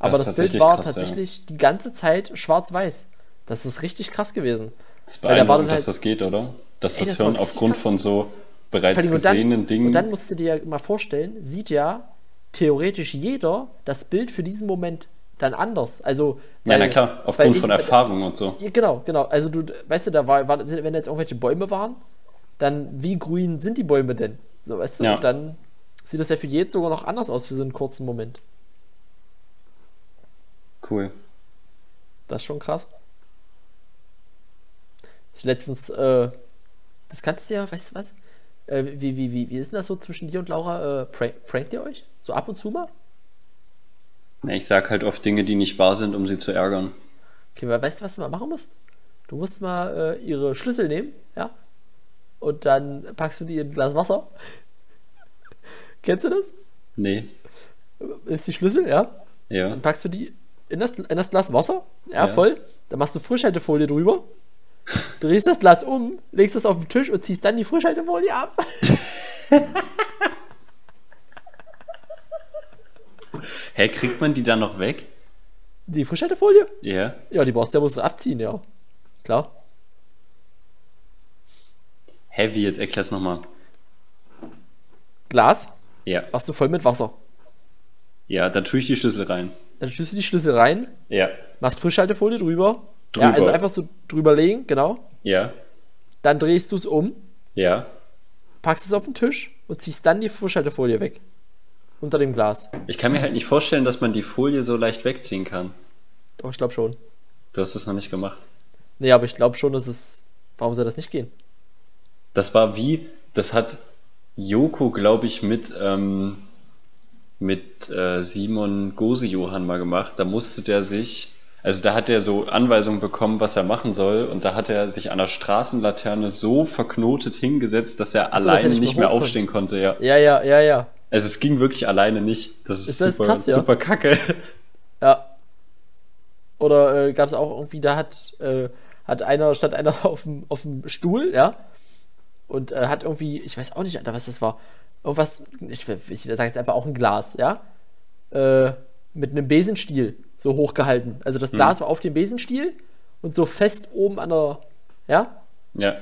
Aber
Das
das,
ist
Bild
tatsächlich
war
krass, ja.
tatsächlich die ganze Zeit schwarz-weiß. Das ist richtig krass gewesen.
Das ist
Weil da war
beeindruckend,
dann
dass
halt-
das geht, oder? Dass
Ey,
das
das war
Hirn
richtig
aufgrund
krass.
von so bereits
Vor allem, und, dann,
gesehenen Dingen.
und dann musst du dir mal vorstellen, sieht ja theoretisch jeder das Bild für diesen Moment dann anders. Also,
ja,
weil-
na klar,
weil
aufgrund
ich-
von
weil-
Erfahrung und so.
Ja, Genau, genau. Also du, weißt du, da war, war wenn da jetzt irgendwelche Bäume waren, dann wie grün sind die Bäume denn? So, weißt du,
Ja.
und dann sieht das ja für jeden sogar noch anders aus für so einen kurzen Moment.
Cool.
Das ist schon krass. Ich letztens, äh, das kannst du ja, weißt du was? Äh, wie, wie, wie, wie ist denn das so zwischen dir und Laura? Äh, prank, prankt ihr euch? So ab und zu mal?
Na, Ich sag halt oft Dinge, die nicht wahr sind, um sie zu ärgern.
Okay, weil weißt du, was du mal machen musst? Du musst mal äh, ihre Schlüssel nehmen, ja? Und dann packst du die in ein Glas Wasser. Kennst du das?
Nee.
nimmst die Schlüssel, ja,
Ja.
dann packst du die in das, in das Glas Wasser, ja,
Ja.
voll, dann machst du Frischhaltefolie drüber, drehst das Glas um, legst es auf den Tisch und ziehst dann die Frischhaltefolie ab.
Hä, kriegt man die dann noch weg?
Die Frischhaltefolie?
Ja.
Ja, die brauchst du ja, musst du abziehen, ja. Klar.
Hä, wie jetzt? Erklär's nochmal.
Glas
Ja.
machst du voll mit Wasser.
Ja, da tue ich die Schlüssel rein.
Dann schützt du die Schlüssel rein,
Ja.
machst Frischhaltefolie drüber. Ja,
Drüber.
also einfach so drüberlegen, genau.
Ja.
Dann drehst du es um,
Ja.
packst es auf den Tisch und ziehst dann die Frischhaltefolie weg. Unter dem Glas.
Ich kann mir halt nicht vorstellen, dass man die Folie so leicht wegziehen kann.
Doch, ich glaube schon.
Du hast es noch nicht gemacht.
Nee, aber ich glaube schon, dass es. Warum soll das nicht gehen?
Das war wie, das hat Joko, glaube ich, mit, ähm, mit äh, Simon Gose-Johann mal gemacht. Da musste der sich, also da hat er so Anweisungen bekommen, was er machen soll. Und da hat er sich an der Straßenlaterne so verknotet hingesetzt, dass er
so, dass er
alleine
nicht
nicht,
mehr
mehr
hochkommt.
aufstehen konnte. Ja.
Ja, ja, ja, ja.
Also es ging wirklich alleine nicht. Das ist,
Ist das
super,
krass, ja?
super kacke.
Ja. Oder äh, gab es auch irgendwie, da hat, äh, hat einer, stand einer auf dem, auf dem Stuhl, ja. Und äh, hat irgendwie, ich weiß auch nicht, Alter, was das war. Irgendwas, ich, ich sage jetzt einfach auch ein Glas, ja. Äh, mit einem Besenstiel so hochgehalten. Also das Glas war auf dem Besenstiel und so fest oben an der, ja.
Ja.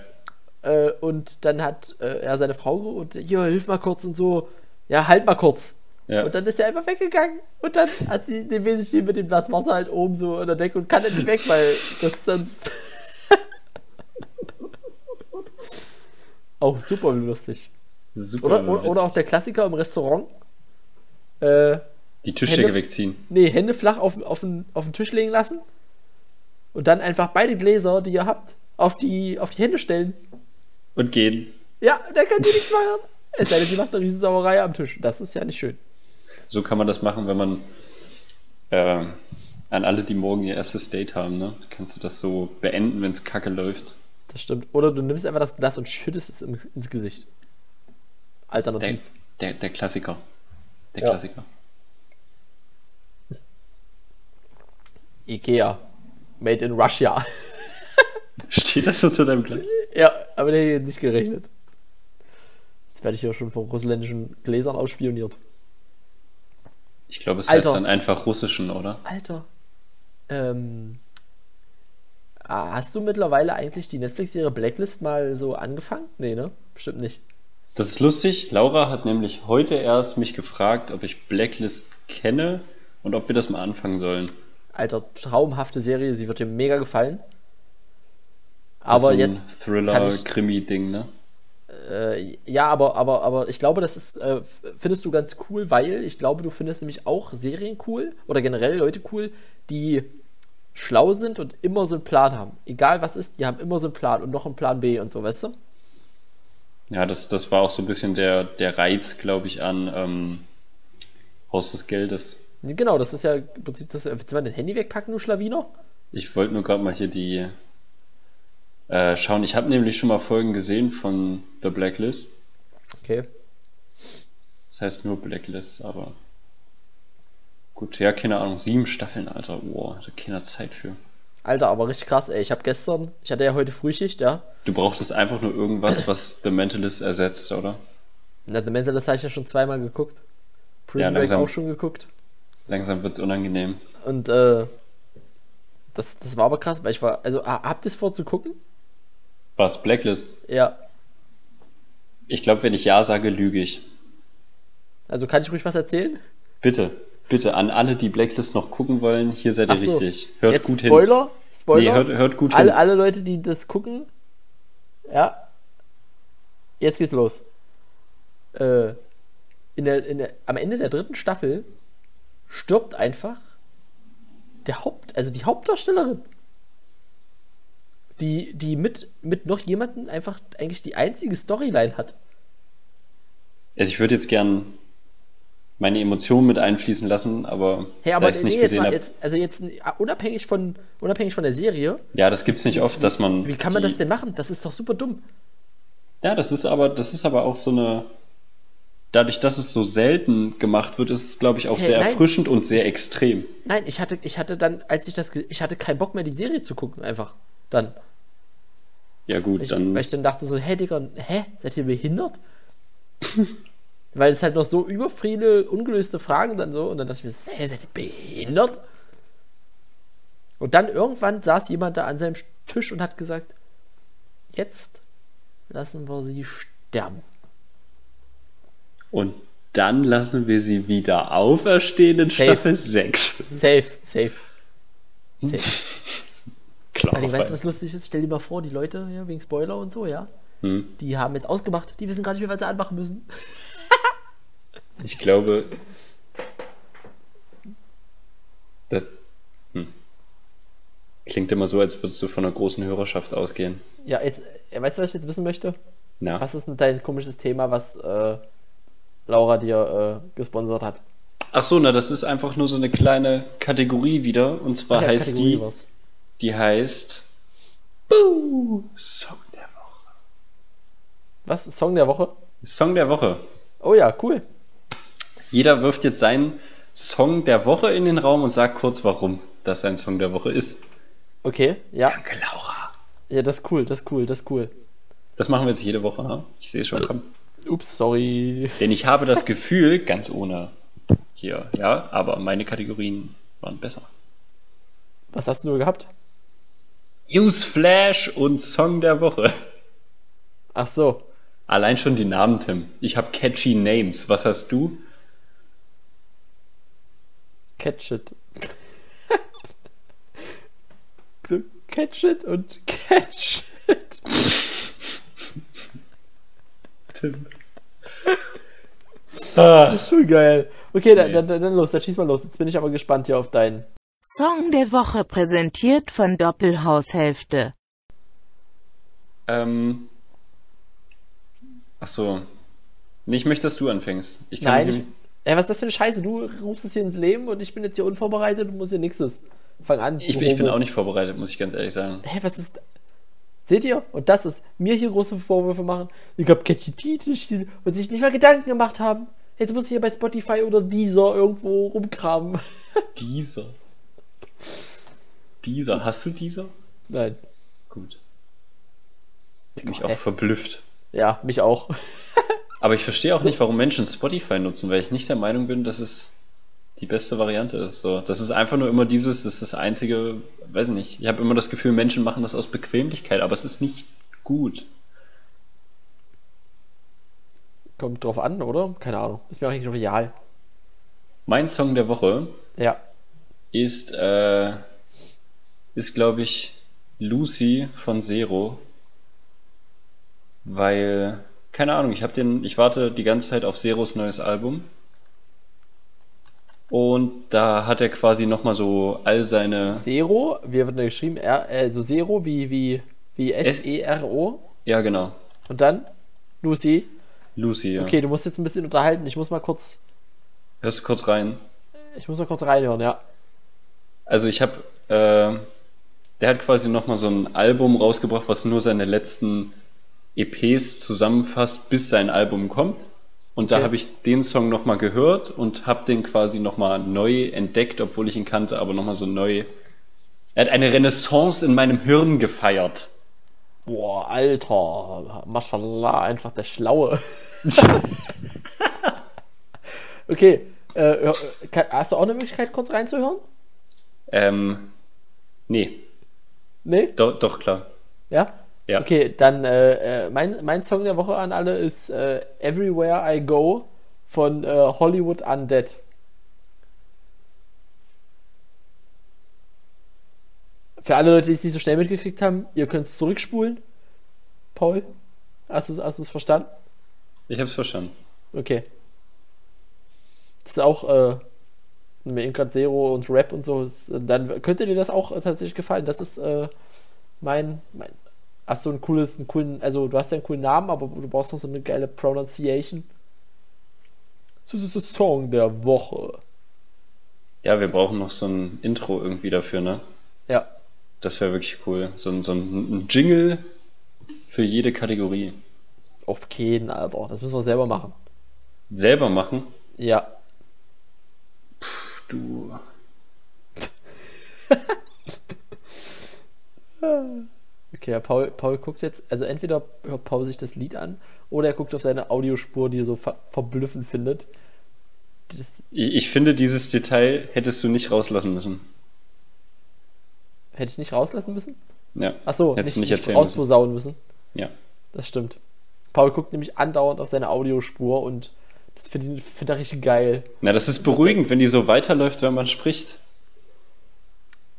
Äh, und dann hat äh, er seine Frau ge- und ja, hilf mal kurz und so. Ja, halt mal kurz.
Ja.
Und dann ist er einfach weggegangen. Und dann hat sie den Wesentlichen mit dem Glas Wasser halt oben so an der Decke und kann er nicht weg, weil das sonst. auch super lustig.
Super.
Oder, oder, oder auch der Klassiker im Restaurant. Äh,
die Tischdecke
Hände-
wegziehen.
nee, Hände flach auf, auf, den, auf den Tisch legen lassen. Und dann einfach beide Gläser, die ihr habt, auf die, auf die Hände stellen.
Und gehen.
Ja, da kann sie nichts machen. Es sei denn, sie macht eine Riesensauerei am Tisch. Das ist ja nicht schön.
So kann man das machen, wenn man äh, an alle, die morgen ihr erstes Date haben, ne? Kannst du das so beenden, wenn es kacke läuft?
Das stimmt. Oder du nimmst einfach das Glas und schüttest es im, ins Gesicht.
Der,
Alternativ.
der, der Klassiker. Der
Ja.
Klassiker.
Ikea. Made in Russia.
Steht das so zu deinem Glas?
ja, aber der hätte ich nicht gerechnet. Jetzt werde ich hier schon von russländischen Gläsern ausspioniert.
Ich glaube, es
Alter.
heißt dann einfach russischen, oder?
Alter. Ähm. ah, Hast du mittlerweile eigentlich die Netflix-Serie Blacklist mal so angefangen? Nee, ne? Bestimmt nicht.
Das ist lustig. Laura hat nämlich heute erst mich gefragt, ob ich Blacklist kenne und ob wir das mal anfangen sollen.
Alter, traumhafte Serie, sie wird dir mega gefallen. Aber
so ein
jetzt kann ich,
Thriller-Krimi-Ding, ne?
äh, ja, aber, aber, aber ich glaube, das ist, äh, f- findest du ganz cool, weil ich glaube, du findest nämlich auch Serien cool oder generell Leute cool, die schlau sind und immer so einen Plan haben. Egal was ist, die haben immer so einen Plan und noch einen Plan B und so, weißt du?
Ja, das, das war auch so ein bisschen der, der Reiz, glaube ich, an ähm, Haus des Geldes.
Genau, das ist ja im Prinzip das. äh, Willst du mal dein Handy wegpacken, du Schlawiner?
Ich wollte nur gerade mal hier die äh, schauen. Ich habe nämlich schon mal Folgen gesehen von The Blacklist.
Okay.
Das heißt nur Blacklist, aber gut, ja, keine Ahnung. Sieben Staffeln, Alter. Wow, da keine Zeit für.
Alter, aber richtig krass, ey. Ich habe gestern, ich hatte ja heute Frühschicht, ja.
Du brauchtest einfach nur irgendwas, was The Mentalist ersetzt, oder?
Na, The Mentalist habe ich ja schon zweimal geguckt. Prison
Ja,
Break
langsam.
auch schon geguckt.
Langsam wird's unangenehm.
Und äh, das, das war aber krass, weil ich war. Also, ah, habt ihr es vor zu gucken?
Was? Blacklist?
Ja.
Ich glaube, wenn ich Ja sage, lüge ich.
Also kann ich ruhig was erzählen?
Bitte, bitte, an alle, die Blacklist noch gucken wollen, hier seid ihr
Ach so.
richtig. Hört
Jetzt
gut hin.
Spoiler, Spoiler.
Nee, hört- hört gut
alle,
hin.
alle Leute, die das gucken, ja. Jetzt geht's los. Äh, in der, in der, am Ende der dritten Staffel stirbt einfach der Haupt, also die Hauptdarstellerin. Die, die mit, mit noch jemanden einfach eigentlich die einzige Storyline hat.
Also ich würde jetzt gern meine Emotionen mit einfließen lassen, aber,
Hey, aber
da ich's
nee, jetzt mal,
hab-
jetzt, also jetzt uh, unabhängig von, unabhängig von der Serie,
ja, das gibt's nicht oft, dass man.
wie kann man
die-
das denn machen? Das ist doch super dumm.
Ja, das ist aber, das ist aber auch so eine. Dadurch, dass es so selten gemacht wird, ist es, glaube ich, auch
Hey,
sehr
nein.
erfrischend und sehr extrem.
Nein, ich hatte, ich hatte dann, als ich das, ge- ich hatte keinen Bock mehr, die Serie zu gucken, einfach. Dann.
Ja gut,
Ich,
dann.
weil ich dann dachte so, hä, Digga, hä, seid ihr behindert? weil es halt noch so über viele ungelöste Fragen dann so, und dann dachte ich mir, so, hä, seid ihr behindert? Und dann irgendwann saß jemand da an seinem Tisch und hat gesagt, jetzt lassen wir sie sterben.
Und dann lassen wir sie wieder auferstehen in
Safe.
Staffel 6.
Safe, safe. Safe.
Klar.
Vor allem, weißt du, was lustig ist? Stell dir mal vor, die Leute, ja, wegen Spoiler und so, ja,
Hm.
die haben jetzt ausgemacht, die wissen gar nicht mehr, was sie anmachen müssen.
Ich glaube. Das hm. klingt immer so, als würdest du von einer großen Hörerschaft ausgehen.
Ja, jetzt, äh, weißt du, was ich jetzt wissen möchte?
Na,
Was ist denn dein komisches Thema, was äh, Laura dir äh, gesponsert hat?
Ach so, na, das ist einfach nur so eine kleine Kategorie wieder. Und zwar
Ah Ja,
heißt
Kategorie
die,
war's.
die heißt. Boo! Song der Woche.
Was? Song der Woche?
Song der Woche.
Oh ja, cool.
Jeder wirft jetzt seinen Song der Woche in den Raum und sagt kurz, warum das sein Song der Woche ist.
Okay, ja.
Danke, Laura.
Ja, das ist cool, das ist cool, das ist cool.
Das machen wir jetzt jede Woche, ne? Ich sehe schon, komm.
Ups, sorry.
Denn ich habe das Gefühl, ganz ohne hier, ja, aber meine Kategorien waren besser.
Was hast du gehabt?
Newsflash und Song der Woche.
Ach so.
Allein schon die Namen, Tim. Ich habe catchy Names. Was hast du?
Catch it. so, catch it und catch it.
Tim. Ah,
Schon geil. Okay, dann,
Nee.
dann, dann los, dann schieß mal los. Jetzt bin ich aber gespannt hier auf deinen.
Song der Woche präsentiert von Doppelhaushälfte.
ähm. Ach so. Nee, ich möchte, dass du anfängst. Ich kann
Nein.
nicht-
Ich, ey, was ist das für eine Scheiße? Du rufst es hier ins Leben und ich bin jetzt hier unvorbereitet und muss hier nixes. Fang an.
ich, bin- ich bin auch nicht vorbereitet, muss ich ganz ehrlich sagen.
Hä, was ist. Seht ihr? Und das ist mir hier große Vorwürfe machen. Ich hab catchy Titel geschrieben und sich nicht mal Gedanken gemacht haben. Jetzt muss ich hier bei Spotify oder Deezer irgendwo rumkramen.
Dieser. Dieser. Hast du dieser?
Nein.
Gut. Ich mich
Äh.
auch verblüfft.
Ja, mich auch.
Aber ich verstehe auch nicht, warum Menschen Spotify nutzen, weil ich nicht der Meinung bin, dass es die beste Variante ist. So, das ist einfach nur immer dieses, das ist das einzige, weiß nicht. Ich habe immer das Gefühl, Menschen machen das aus Bequemlichkeit, aber es ist nicht gut.
Kommt drauf an, oder? Keine Ahnung. Ist mir auch eigentlich real.
Mein Song der Woche
Ja.
ist, äh, ist glaube ich Lucy von Zero, weil keine Ahnung, ich habe den, ich warte die ganze Zeit auf Zeros neues Album und da hat er quasi noch mal so all seine
Zero, wie wird denn geschrieben? R, also Zero wie, wie, wie S-E-R-O.
Ja, genau.
Und dann Lucy.
Lucy, ja.
Okay, du musst jetzt ein bisschen unterhalten. Ich muss mal kurz.
Hörst du kurz rein?
Ich muss noch kurz reinhören, ja.
Also ich habe, äh, der hat quasi nochmal so ein Album rausgebracht, was nur seine letzten EPs zusammenfasst, bis sein Album kommt. Und da
Okay.
habe ich den Song nochmal gehört und habe den quasi nochmal neu entdeckt, obwohl ich ihn kannte, aber nochmal so neu. Er hat eine Renaissance in meinem Hirn gefeiert.
Boah, Alter. Mashallah, einfach der Schlaue. okay. Äh, hör- kann- hast du auch eine Möglichkeit, kurz reinzuhören?
Ähm, nee,
Nee?
do, doch klar.
Ja?
Ja.
Okay, dann äh, äh, mein, mein Song der Woche an alle ist äh, Everywhere I Go von äh, Hollywood Undead. Für alle Leute, die es nicht so schnell mitgekriegt haben, ihr könnt es zurückspulen. Paul, hast du es hast du's verstanden?
Ich hab's verstanden.
Okay. Das ist auch, äh, wenn wir eben gerade Zero und Rap und so, ist, äh, dann könnte dir das auch äh, tatsächlich gefallen. Das ist, äh, mein, mein, hast du ein cooles, einen coolen, also du hast ja einen coolen Namen, aber du brauchst noch so eine geile Pronunciation. Das ist der Song der Woche.
Ja, wir brauchen noch so ein Intro irgendwie dafür, ne?
Ja,
Das wäre wirklich cool. So, ein- so ein ein Jingle für jede Kategorie.
auf keinen, Alter. Das müssen wir selber machen.
Selber machen.
Ja.
Du.
Okay, ja, Paul, Paul guckt jetzt, also entweder hört Paul sich das Lied an oder er guckt auf seine Audiospur, die er so ver verblüffend findet. Das,
Ich, ich finde, dieses Detail hättest du nicht rauslassen müssen.
Hätte ich nicht rauslassen müssen?
Ja.
Achso, nicht,
hättest du nicht
nicht
erzählen müssen.
rausposaunen müssen.
Ja.
Das stimmt. Paul guckt nämlich andauernd auf seine Audiospur und das finde ich, find ich richtig geil.
Na, das ist beruhigend, wenn die so weiterläuft, wenn man spricht.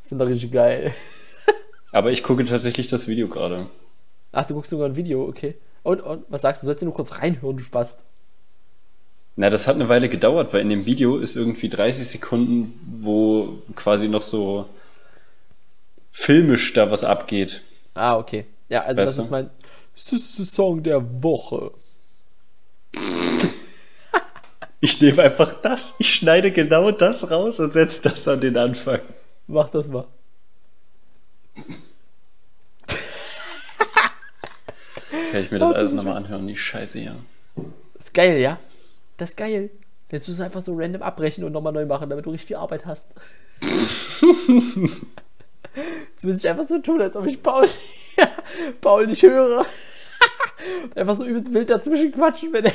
Finde ich richtig geil.
Aber ich gucke tatsächlich das Video gerade.
Ach, du guckst sogar ein Video, okay. Und, und was sagst du? Sollst du nur kurz reinhören, du Spast?
Na, das hat eine Weile gedauert, weil in dem Video ist irgendwie 30 Sekunden, wo quasi noch so filmisch da was abgeht.
Ah, okay. Ja, also
Weißt
das
du?
ist mein S- S- Song der Woche.
Ich nehme einfach das, ich schneide genau das raus und setze das an den Anfang.
Mach das mal.
Kann ich mir
Oh,
das
das
alles
ist
nochmal anhören, die Scheiße hier.
Ist geil, ja? Das ist geil. Jetzt musst du es einfach so random abbrechen und nochmal neu machen, damit du richtig viel Arbeit hast. Jetzt muss ich einfach so tun, als ob ich Paul, Paul nicht höre. Und einfach so übelst wild dazwischen quatschen, wenn er.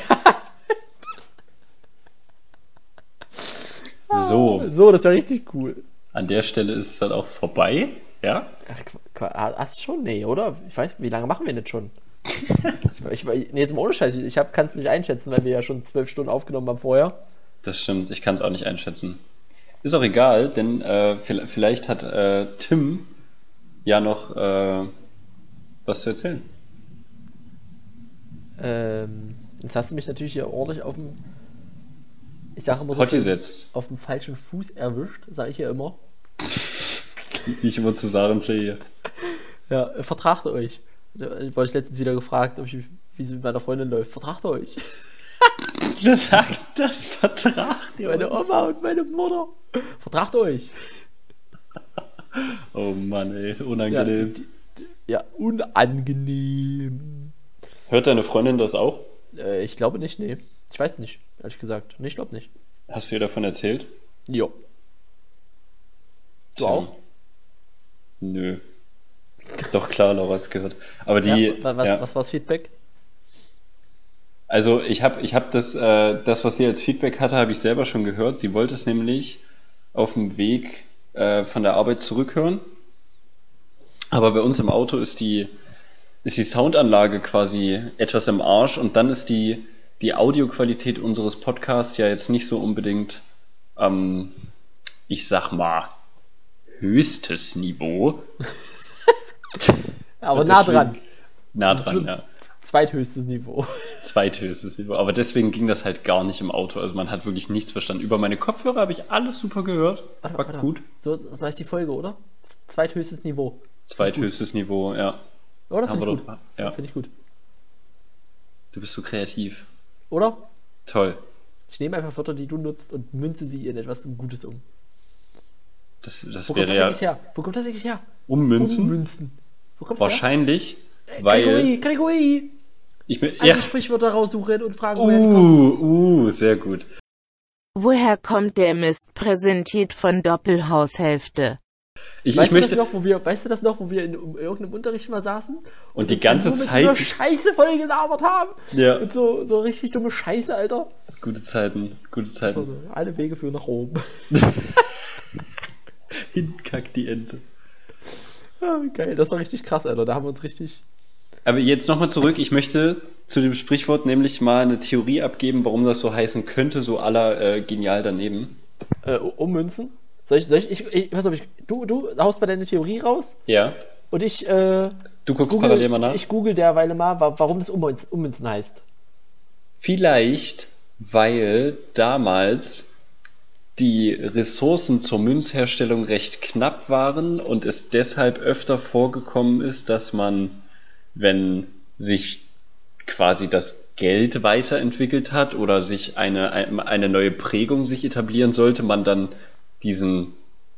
Ah.
So,
So, das war richtig cool.
an der Stelle ist es dann auch vorbei, ja?
Ach, Qu- Qu- ah, hast schon? Nee, oder? Ich weiß, wie lange machen wir denn schon? Ich, ich, nee, jetzt mal ohne Scheiß. Ich kann es nicht einschätzen, weil wir ja schon zwölf Stunden aufgenommen haben vorher.
Das stimmt, ich kann es auch nicht einschätzen. Ist auch egal, denn äh, vil- vielleicht hat äh, Tim ja noch äh, was zu erzählen.
Ähm, jetzt hast du mich natürlich hier ordentlich auf dem. Ich sage immer so
Hot
schön,
gesetzt,
auf dem falschen Fuß erwischt, sage ich ja immer.
wie ich immer zu sagen pflege.
Ja, äh, vertragt euch. Da wurde ich letztens wieder gefragt, ob ich, wie es mit meiner Freundin läuft. Vertragt euch.
Wer sagt das? Vertrag dir.
Meine Oma und meine Mutter. Vertragt euch.
Oh Mann, ey,
Ja, die,
unangenehm.
die, die, ja unangenehm.
Hört deine Freundin das auch?
Äh, ich glaube nicht, nee. Ich weiß nicht, ehrlich gesagt. Nee, ich glaube nicht.
Hast du ihr davon erzählt?
Jo. Du
Tja.
auch?
Nö. Doch klar, Laura hat's gehört. Aber die.
ja, wa- was,
ja.
was war das Feedback?
Also ich habe ich hab das, äh, das, was sie als Feedback hatte, habe ich selber schon gehört. Sie wollte es nämlich auf dem Weg äh, von der Arbeit zurückhören. Aber bei uns im Auto ist die, ist die Soundanlage quasi etwas im Arsch und dann ist die, die Audioqualität unseres Podcasts ja jetzt nicht so unbedingt, ähm, ich sag mal, höchstes Niveau. Also
Aber nah dran.
Nah
Das ist
dran,
schon
ja.
zweithöchstes Niveau.
zweithöchstes Niveau. Aber deswegen ging das halt gar nicht im Auto. Also man hat wirklich nichts verstanden. Über meine Kopfhörer habe ich alles super gehört.
Warte,
War
warte.
gut.
So, so heißt die Folge, oder? Z- Zweithöchstes Niveau.
Zweithöchstes Niveau, ja.
Oder? Finde
Haben
ich
wir
gut.
doch- ja.
Finde ich gut.
Du bist so kreativ.
Oder?
Toll.
Ich nehme einfach Wörter, die du nutzt und münze sie in etwas Gutes um.
Das, das
Wo kommt
wäre
das
ja
eigentlich her? Wo kommt das eigentlich her?
ummünzen.
Ummünzen. Äh, Wo kommt das her?
Wahrscheinlich,
Kategorie,
weil
Kategorie.
ich mir.
Alte
Ja.
Sprichwörter raussuchen und fragen, woher die kommen.
Uh, uh, sehr gut.
Woher kommt der Mist? Präsentiert von Doppelhaushälfte.
Ich, ich
Weißt du, das
möchte.
noch, wo wir, weißt du das noch, wo wir in, um, in irgendeinem Unterricht mal saßen? Und,
die
uns
ganze
nur mit
Zeit-
So einer Scheiße voll gelabert haben.
Ja.
Und so, so richtig dumme Scheiße, Alter.
Gute Zeiten, gute
So,
Zeiten.
so, alle Wege führen nach Rom.
Hinkack die Ente.
Ja, Ah, Geil, das war richtig krass, Alter. Da haben wir uns richtig.
Aber jetzt nochmal zurück. Ich möchte zu dem Sprichwort nämlich mal eine Theorie abgeben, warum das so heißen könnte, so aller äh, genial daneben.
Äh, ummünzen. Soll ich, soll ich, ich, ich pass auf, ich, du, du haust mal deine Theorie raus
Ja.
und ich, äh,
Du guckst
google,
parallel mal nach.
ich google derweile mal, wa- warum das Ummünz- Ummünzen heißt.
Vielleicht, weil damals die Ressourcen zur Münzherstellung recht knapp waren und es deshalb öfter vorgekommen ist, dass man, wenn sich quasi das Geld weiterentwickelt hat oder sich eine, eine neue Prägung sich etablieren sollte, man dann diesen,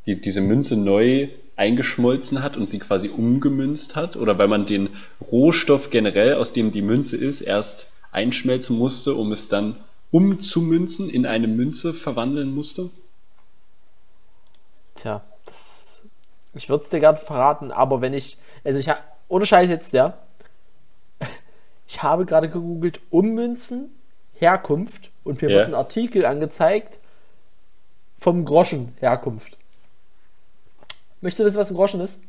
die, diese Münze neu eingeschmolzen hat und sie quasi umgemünzt hat oder weil man den Rohstoff generell, aus dem die Münze ist, erst einschmelzen musste, um es dann umzumünzen, in eine Münze verwandeln musste.
Tja, das. Ich würde es dir gern verraten, aber wenn ich. Also ich ha- ohne Scheiß jetzt, ja. Ich habe gerade gegoogelt Ummünzen, Herkunft und mir
Ja.
wird ein Artikel angezeigt vom Groschen Herkunft. Möchtest du wissen, was ein Groschen ist?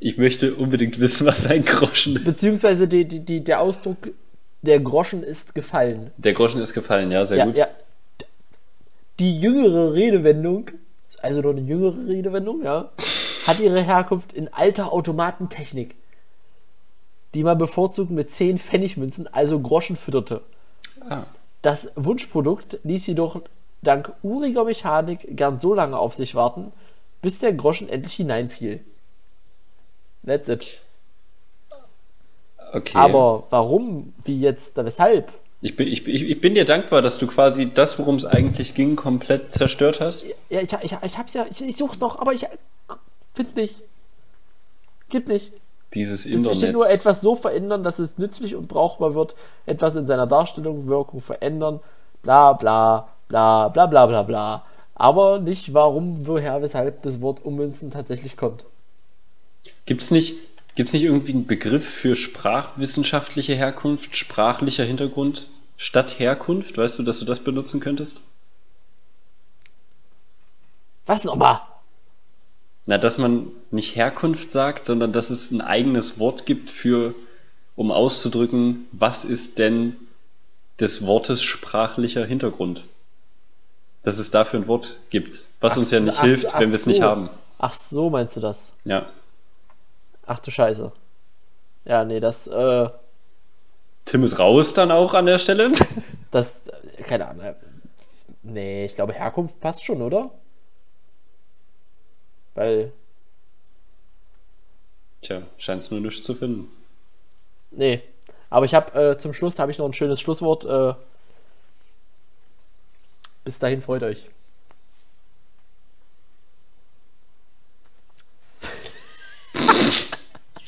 Ich möchte unbedingt wissen, was ein Groschen ist.
Beziehungsweise die, die, die, der Ausdruck, der Groschen ist gefallen.
Der Groschen ist gefallen, ja, sehr
Ja,
gut.
ja. Die jüngere Redewendung, also noch eine jüngere Redewendung, ja, hat ihre Herkunft in alter Automatentechnik, die man bevorzugt mit 10 Pfennigmünzen, also Groschen fütterte.
Ah,
Das Wunschprodukt ließ jedoch dank uriger Mechanik gern so lange auf sich warten, bis der Groschen endlich hineinfiel. That's it.
okay.
Aber warum, wie jetzt, weshalb?
ich, bin, ich, bin- ich bin dir dankbar, dass du quasi das, worum es eigentlich ging, komplett zerstört hast.
Ja, ich, ich, ich hab's ja, ich, ich such's noch, aber ich find's nicht. Gibt nicht. Es
Dieses
steht nur
Internet.
etwas so verändern, dass es nützlich und brauchbar wird, etwas in seiner Darstellung, Wirkung verändern, bla bla bla bla bla bla bla. Aber nicht warum, woher, weshalb das Wort ummünzen tatsächlich kommt.
Gibt es nicht, gibt's nicht irgendwie einen Begriff für sprachwissenschaftliche Herkunft, sprachlicher Hintergrund, statt Herkunft? Weißt du, dass du das benutzen könntest?
Was nochmal?
Na, dass man nicht Herkunft sagt, sondern dass es ein eigenes Wort gibt für, um auszudrücken, was ist denn des Wortes sprachlicher Hintergrund? Dass es dafür ein Wort gibt, was uns ja
so-
nicht
ach
hilft,
so- ach
wenn wir es nicht
so.
haben.
Ach so, meinst du das?
Ja.
Ach du Scheiße. Ja, nee, das, äh,
Tim ist raus dann auch an der Stelle.
das, keine Ahnung. äh, Nee, ich glaube, Herkunft passt schon, oder? Weil,
Tja, scheint es nur nichts zu finden.
Nee. Aber ich habe äh, zum Schluss habe ich noch ein schönes Schlusswort. Äh, bis dahin freut euch.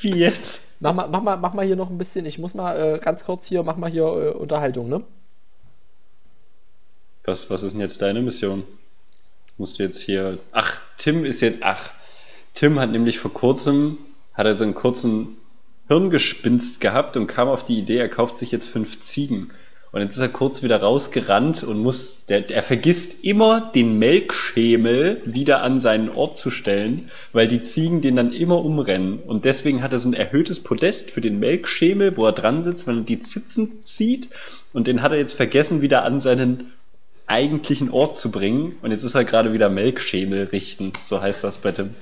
Wie jetzt?
Mach mal, mach mal, mach mal hier noch ein bisschen. Ich muss mal äh, ganz kurz hier, mach mal hier äh, Unterhaltung, ne?
Was, was ist denn jetzt deine Mission? Musst du jetzt hier. Ach, Tim ist jetzt. Ach, Tim hat nämlich vor kurzem, hat er so einen kurzen Hirngespinst gehabt und kam auf die Idee, er kauft sich jetzt fünf Ziegen. Und jetzt ist er kurz wieder rausgerannt und muss. Der, er vergisst immer, den Melkschemel wieder an seinen Ort zu stellen, weil die Ziegen den dann immer umrennen. Und deswegen hat er so ein erhöhtes Podest für den Melkschemel, wo er dran sitzt, wenn er die Zitzen zieht. Und den hat er jetzt vergessen, wieder an seinen eigentlichen Ort zu bringen. Und jetzt ist halt gerade wieder Melkschemel richten. So heißt das bei Tim.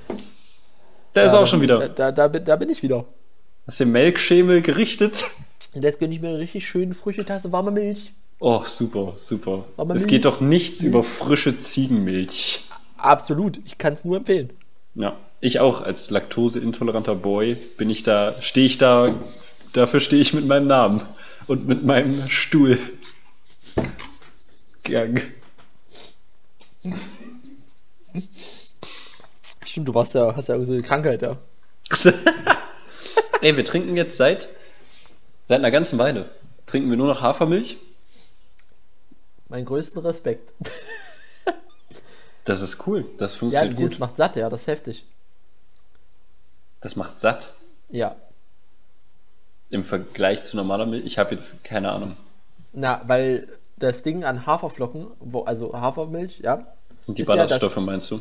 Da ist er auch schon
Da,
wieder.
da, da, bin- da bin ich wieder.
Hast den Melkschemel gerichtet?
Und jetzt gönn ich mir eine richtig schöne frische Tasse warme Milch.
Oh, super, super.
Aber
es
Milch-
geht doch nichts über frische Ziegenmilch.
Absolut. Ich kann es nur empfehlen.
Ja, ich auch als laktoseintoleranter Boy bin ich da, stehe ich da, dafür stehe ich mit meinem Namen und mit meinem Stuhl. gegangen.
Stimmt, du warst ja, hast ja irgendwie so eine Krankheit, ja.
Ey, wir trinken jetzt seit, seit einer ganzen Weile. Trinken wir nur noch Hafermilch?
Mein größten Respekt.
Das ist cool. Das
Ja,
funktioniert
das
gut.
macht satt, ja, das ist heftig.
Das macht satt.
Ja.
Im Vergleich zu normaler Milch. Ich habe jetzt keine Ahnung.
Na, weil das Ding an Haferflocken, wo, also Hafermilch, ja,
Sind die
Ist ja das-
Ballaststoffe, meinst du?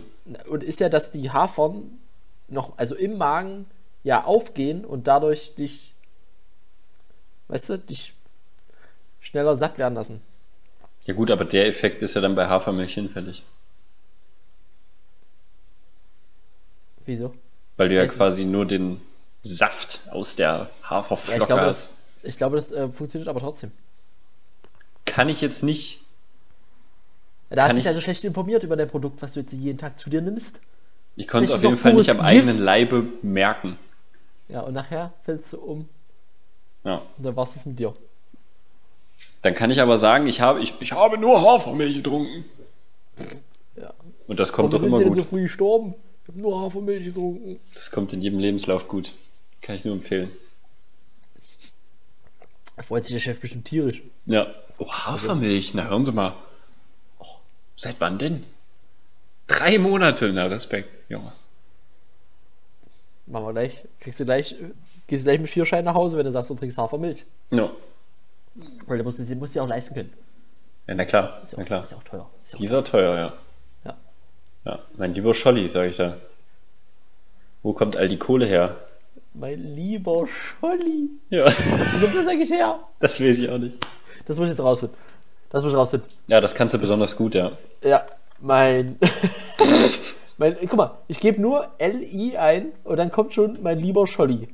und ist ja, dass die Hafern noch, also im Magen ja aufgehen und dadurch dich, weißt du, dich schneller satt werden lassen.
Ja gut, aber der Effekt ist ja dann bei Hafermilch hinfällig.
Wieso?
Weil du ja
Weiß
quasi nur den Saft aus der
Ja,
Haferflocke
ich glaube, das,
hast.
ich glaube, das äh, funktioniert aber trotzdem.
Kann ich jetzt nicht.
Da hast du
Kann
dich
ich-
also schlecht informiert über dein Produkt, was du jetzt jeden Tag zu dir nimmst.
Ich konnte es
Das
auf
ist
jeden
doch
Fall nicht am
pures
eigenen
Gift.
Leibe merken.
Ja, und nachher fällst du um
Ja.
und dann war es das mit dir.
Dann kann ich aber sagen, ich habe, ich, ich habe nur Hafermilch getrunken.
Ja.
Und das
Warum
kommt doch
sind
immer
sie denn so
gut.
früh gestorben? Ich hab nur Hafermilch getrunken.
Das kommt in jedem Lebenslauf gut. Kann ich nur empfehlen.
Da freut sich der Chef bestimmt tierisch.
Ja. Oh, Hafermilch, na hören Sie mal.
Oh.
Och, Seit wann denn? Drei Monate, na Respekt, Junge.
Machen wir gleich. Kriegst du gleich, gehst du gleich mit vier Scheinen nach Hause, wenn du sagst, du trinkst Hafermilch.
No.
Weil du musst es musst es dir auch leisten können.
Ja, na klar,
Ist ja
na
auch,
klar.
Ist ja auch teuer. Ist ja auch,
Dieser teuer, ja.
ja.
Ja, mein lieber Scholli, sag ich da. Wo kommt all die Kohle her?
Mein lieber Scholli.
Ja,
Wo kommt das eigentlich her?
das weiß ich auch nicht.
Das muss ich jetzt rausfinden. Das muss ich rausfinden.
Ja, das kannst du besonders gut, ja.
Ja, mein. mein guck mal, ich gebe nur LI ein und dann kommt schon mein lieber Scholli.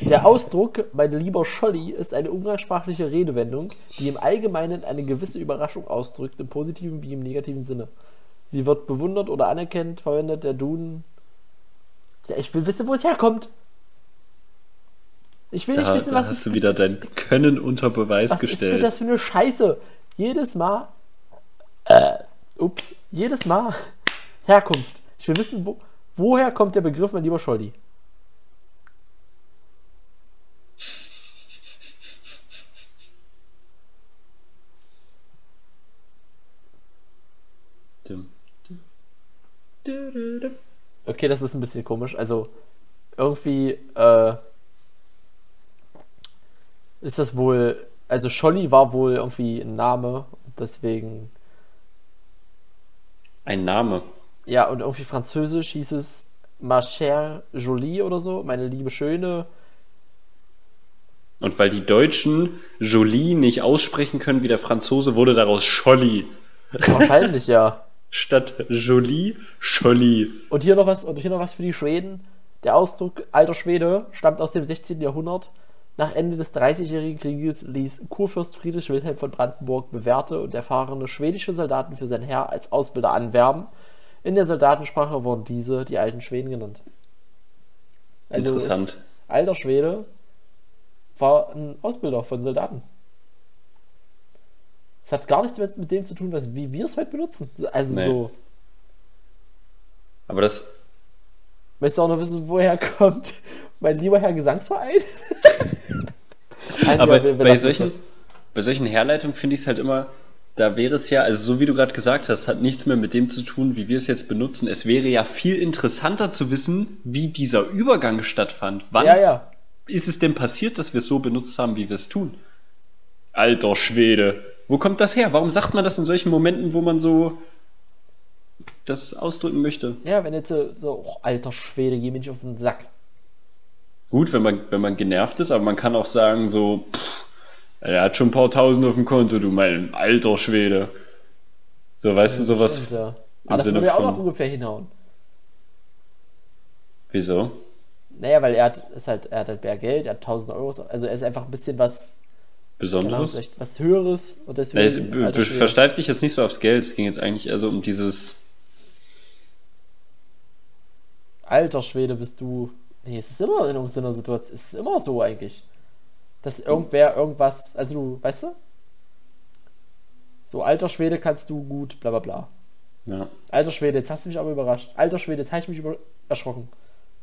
Der Ausdruck mein lieber Scholli ist eine umgangssprachliche Redewendung, die im Allgemeinen eine gewisse Überraschung ausdrückt, im positiven wie im negativen Sinne. Sie wird bewundert oder anerkannt, verwendet der Duden. Ja, ich will wissen, wo es herkommt. Ich will nicht
Da,
wissen,
da
was
hast
es
du wieder dein Können unter Beweis
was ist denn
gestellt.
das für eine Scheiße? Jedes Mal. Äh, ups. Jedes Mal. Herkunft. Ich will wissen, wo, woher kommt der Begriff, mein lieber Scholli?
Dum, dum, dum, dum.
Okay, das ist ein bisschen komisch. Also, irgendwie, äh, ist das wohl. Also, Scholli war wohl irgendwie ein Name. Deswegen.
Ein Name.
Ja, und irgendwie französisch hieß es Ma chère Jolie oder so. Meine liebe Schöne.
Und weil die Deutschen Jolie nicht aussprechen können wie der Franzose, wurde daraus Scholli.
Wahrscheinlich ja.
Statt Jolie, Scholli.
Und hier noch was, und hier noch was für die Schweden. Der Ausdruck alter Schwede stammt aus dem 16. Jahrhundert. Nach Ende des Dreißigjährigen Krieges ließ Kurfürst Friedrich Wilhelm von Brandenburg bewährte und erfahrene schwedische Soldaten für sein Heer als Ausbilder anwerben. In der Soldatensprache wurden diese die alten Schweden genannt. Also
Interessant.
ist alter Schwede war ein Ausbilder von Soldaten. Es hat gar nichts mit, mit dem zu tun, was, wie wir es heute benutzen. Also
Nee.
so.
Aber das,
Möchtest du auch noch wissen, woher kommt mein lieber Herr Gesangsverein? Nein,
aber
wir- wir
bei,
lassen es
solchen,
so.
bei solchen Herleitungen finde ich es halt immer, da wäre es ja, also so wie du gerade gesagt hast, hat nichts mehr mit dem zu tun, wie wir es jetzt benutzen. Es wäre ja viel interessanter zu wissen, wie dieser Übergang stattfand. Wann
Ja, ja.
ist es denn passiert, dass wir es so benutzt haben, wie wir es tun? Alter Schwede, wo kommt das her? Warum sagt man das in solchen Momenten, wo man so das ausdrücken möchte?
Ja, wenn jetzt so, so oh, alter Schwede, geh mir nicht auf den Sack.
Gut, wenn man, wenn man genervt ist, aber man kann auch sagen, so, pff, er hat schon ein paar Tausend auf dem Konto, du mein alter Schwede. So, weißt du, sowas.
Und, äh, aber das
Sinne
würde ja auch
von-
noch ungefähr hinhauen.
Wieso?
Naja, weil er hat, ist halt, er hat halt mehr Geld, er hat 1000 Euro. Also er ist einfach ein bisschen was, keine Ahnung,
Besonderes?
vielleicht was Höheres und
Na, jetzt,
deswegen.
be-
Genau, alter
be-
Schwede.
versteif dich jetzt nicht so aufs Geld, es ging jetzt eigentlich eher so um dieses.
alter Schwede bist du. Nee, es ist immer in irgendeiner Situation. Es ist immer so eigentlich. Dass irgendwer irgendwas. Also du, weißt du? So, alter Schwede kannst du gut, bla bla bla.
Ja.
Alter Schwede, jetzt hast du mich aber überrascht. Alter Schwede, jetzt habe ich mich über erschrocken.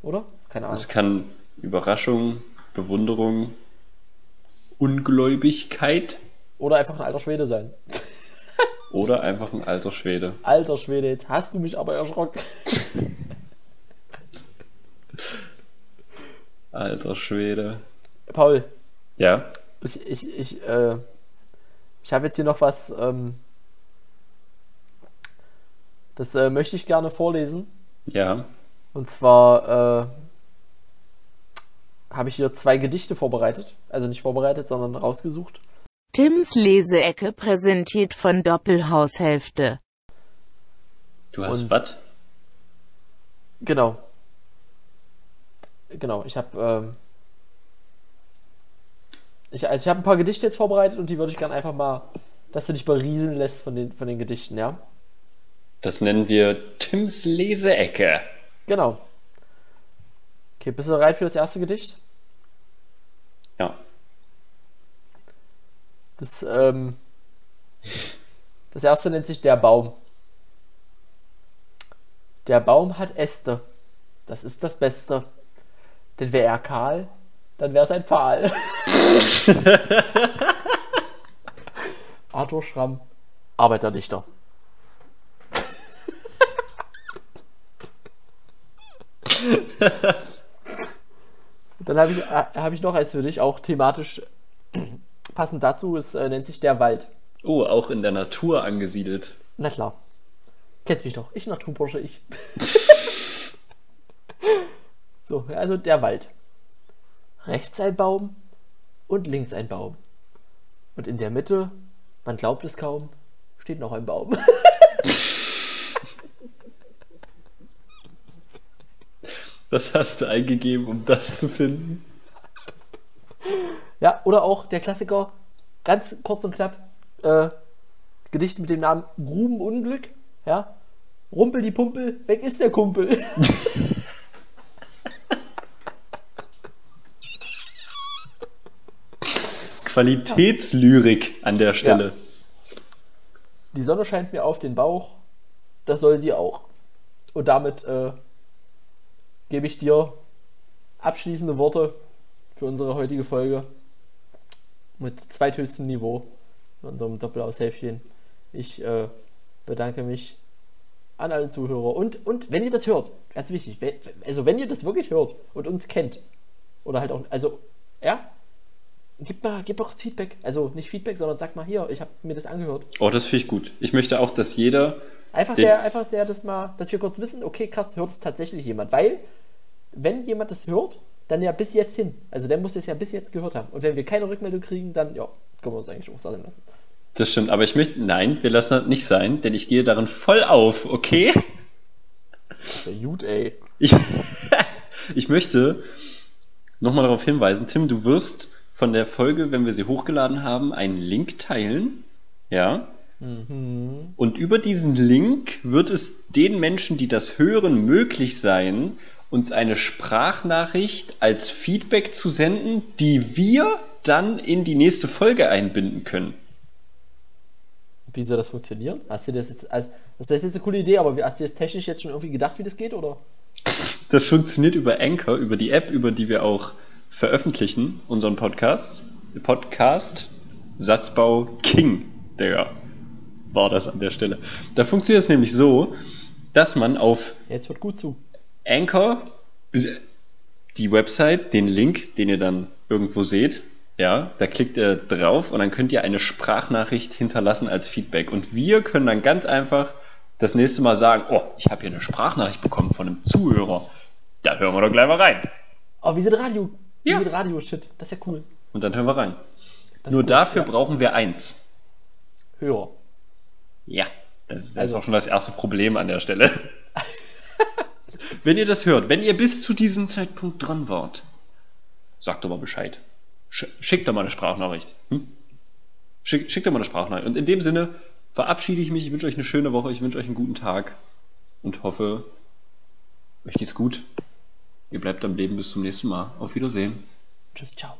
Oder? Keine Ahnung.
Es kann Überraschung, Bewunderung, Ungläubigkeit
Oder einfach ein alter Schwede sein.
oder einfach ein alter Schwede.
Alter Schwede, jetzt hast du mich aber erschrocken.
Alter Schwede.
Paul,
Ja,
ich, ich, ich, äh, ich habe jetzt hier noch was, ähm, das äh, möchte ich gerne vorlesen.
ja.
Und zwar äh, habe ich hier zwei Gedichte vorbereitet. Also nicht vorbereitet, sondern rausgesucht.
Tims Leseecke präsentiert von Doppelhaushälfte.
Du hast
Und-
was?
Genau. Genau, ich habe ähm, ich, also ich habe ein paar Gedichte jetzt vorbereitet und die würde ich gerne einfach mal, dass du dich berieseln lässt von den, von den Gedichten, ja?
Das nennen wir Tims Leseecke.
Genau. Okay, bist du bereit für das erste Gedicht?
Ja.
Das, ähm, das erste nennt sich Der Baum. Der Baum hat Äste. Das ist das Beste. Denn wäre er kahl, dann wäre es ein Pfahl. Arthur Schramm, Arbeiterdichter. Dann habe ich, äh, hab ich noch eins für dich, auch thematisch passend dazu, es äh, nennt sich der Wald.
Oh, auch in der Natur angesiedelt.
Na klar. Kennst mich doch. Ich Naturbursche, ich. so, also der Wald. Rechts ein Baum und links ein Baum. Und in der Mitte, man glaubt es kaum, steht noch ein Baum.
Was hast du eingegeben, um das zu finden?
ja, oder auch der Klassiker, ganz kurz und knapp, äh, Gedicht mit dem Namen Grubenunglück. Ja. Rumpel die Pumpel, weg ist der Kumpel.
Qualitätslyrik an der Stelle.
Die Sonne scheint mir auf den Bauch, das soll sie auch. Und damit äh, gebe ich dir abschließende Worte für unsere heutige Folge mit zweithöchstem Niveau in unserem Doppelaushälfchen. Ich äh, bedanke mich an alle Zuhörer und, und wenn ihr das hört, ganz wichtig, we- also wenn ihr das wirklich hört und uns kennt oder halt auch, also ja, gebt mal, gebt mal kurz Feedback, also nicht Feedback, sondern sagt mal hier, ich habe mir das angehört.
Oh, das finde ich gut. Ich möchte auch, dass jeder.
Einfach
Den-
der, einfach der das mal, dass wir kurz wissen, okay, krass, hört es tatsächlich jemand. Weil, wenn jemand das hört, dann ja bis jetzt hin. Also der muss es ja bis jetzt gehört haben. Und wenn wir keine Rückmeldung kriegen, dann, ja, können wir uns eigentlich auch sagen lassen.
Das stimmt, aber ich möchte. Nein, wir lassen das nicht sein, denn ich gehe darin voll auf, okay?
Das ist ja gut, ey.
Ich, ich möchte nochmal darauf hinweisen, Tim, du wirst von der Folge, wenn wir sie hochgeladen haben, einen Link teilen. Ja. Und über diesen Link wird es den Menschen, die das hören, möglich sein, uns eine Sprachnachricht als Feedback zu senden, die wir dann in die nächste Folge einbinden können.
Wie soll das funktionieren? Hast du das jetzt, also, das ist jetzt eine coole Idee, aber wie- hast du jetzt technisch jetzt schon irgendwie gedacht, wie das geht, oder?
Das funktioniert über Anchor, über die App, über die wir auch veröffentlichen, unseren Podcast. Podcast Satzbau King, der war das an der Stelle. Da funktioniert es nämlich so, dass man auf
Jetzt hört gut zu.
Anchor, die Website, den Link, den ihr dann irgendwo seht, ja, da klickt ihr drauf und dann könnt ihr eine Sprachnachricht hinterlassen als Feedback. Und wir können dann ganz einfach das nächste Mal sagen, oh, ich habe hier eine Sprachnachricht bekommen von einem Zuhörer. Da hören wir doch gleich mal rein.
Oh, wir sind Radio.
Ja.
Wir sind Radio-Shit. Das ist ja cool.
Und dann hören wir rein.
Das ist
Nur
cool.
dafür
Ja.
brauchen wir eins.
Hörer.
Ja, das ist
Also-
auch schon das erste Problem an der Stelle. wenn ihr das hört, wenn ihr bis zu diesem Zeitpunkt dran wart, sagt doch mal Bescheid. Sch schickt doch mal eine Sprachnachricht. Hm? Schick, schickt doch mal eine Sprachnachricht. Und in dem Sinne verabschiede ich mich. Ich wünsche euch eine schöne Woche. Ich wünsche euch einen guten Tag. Und hoffe, euch geht's gut. Ihr bleibt am Leben. Bis zum nächsten Mal. Auf Wiedersehen.
Tschüss, ciao.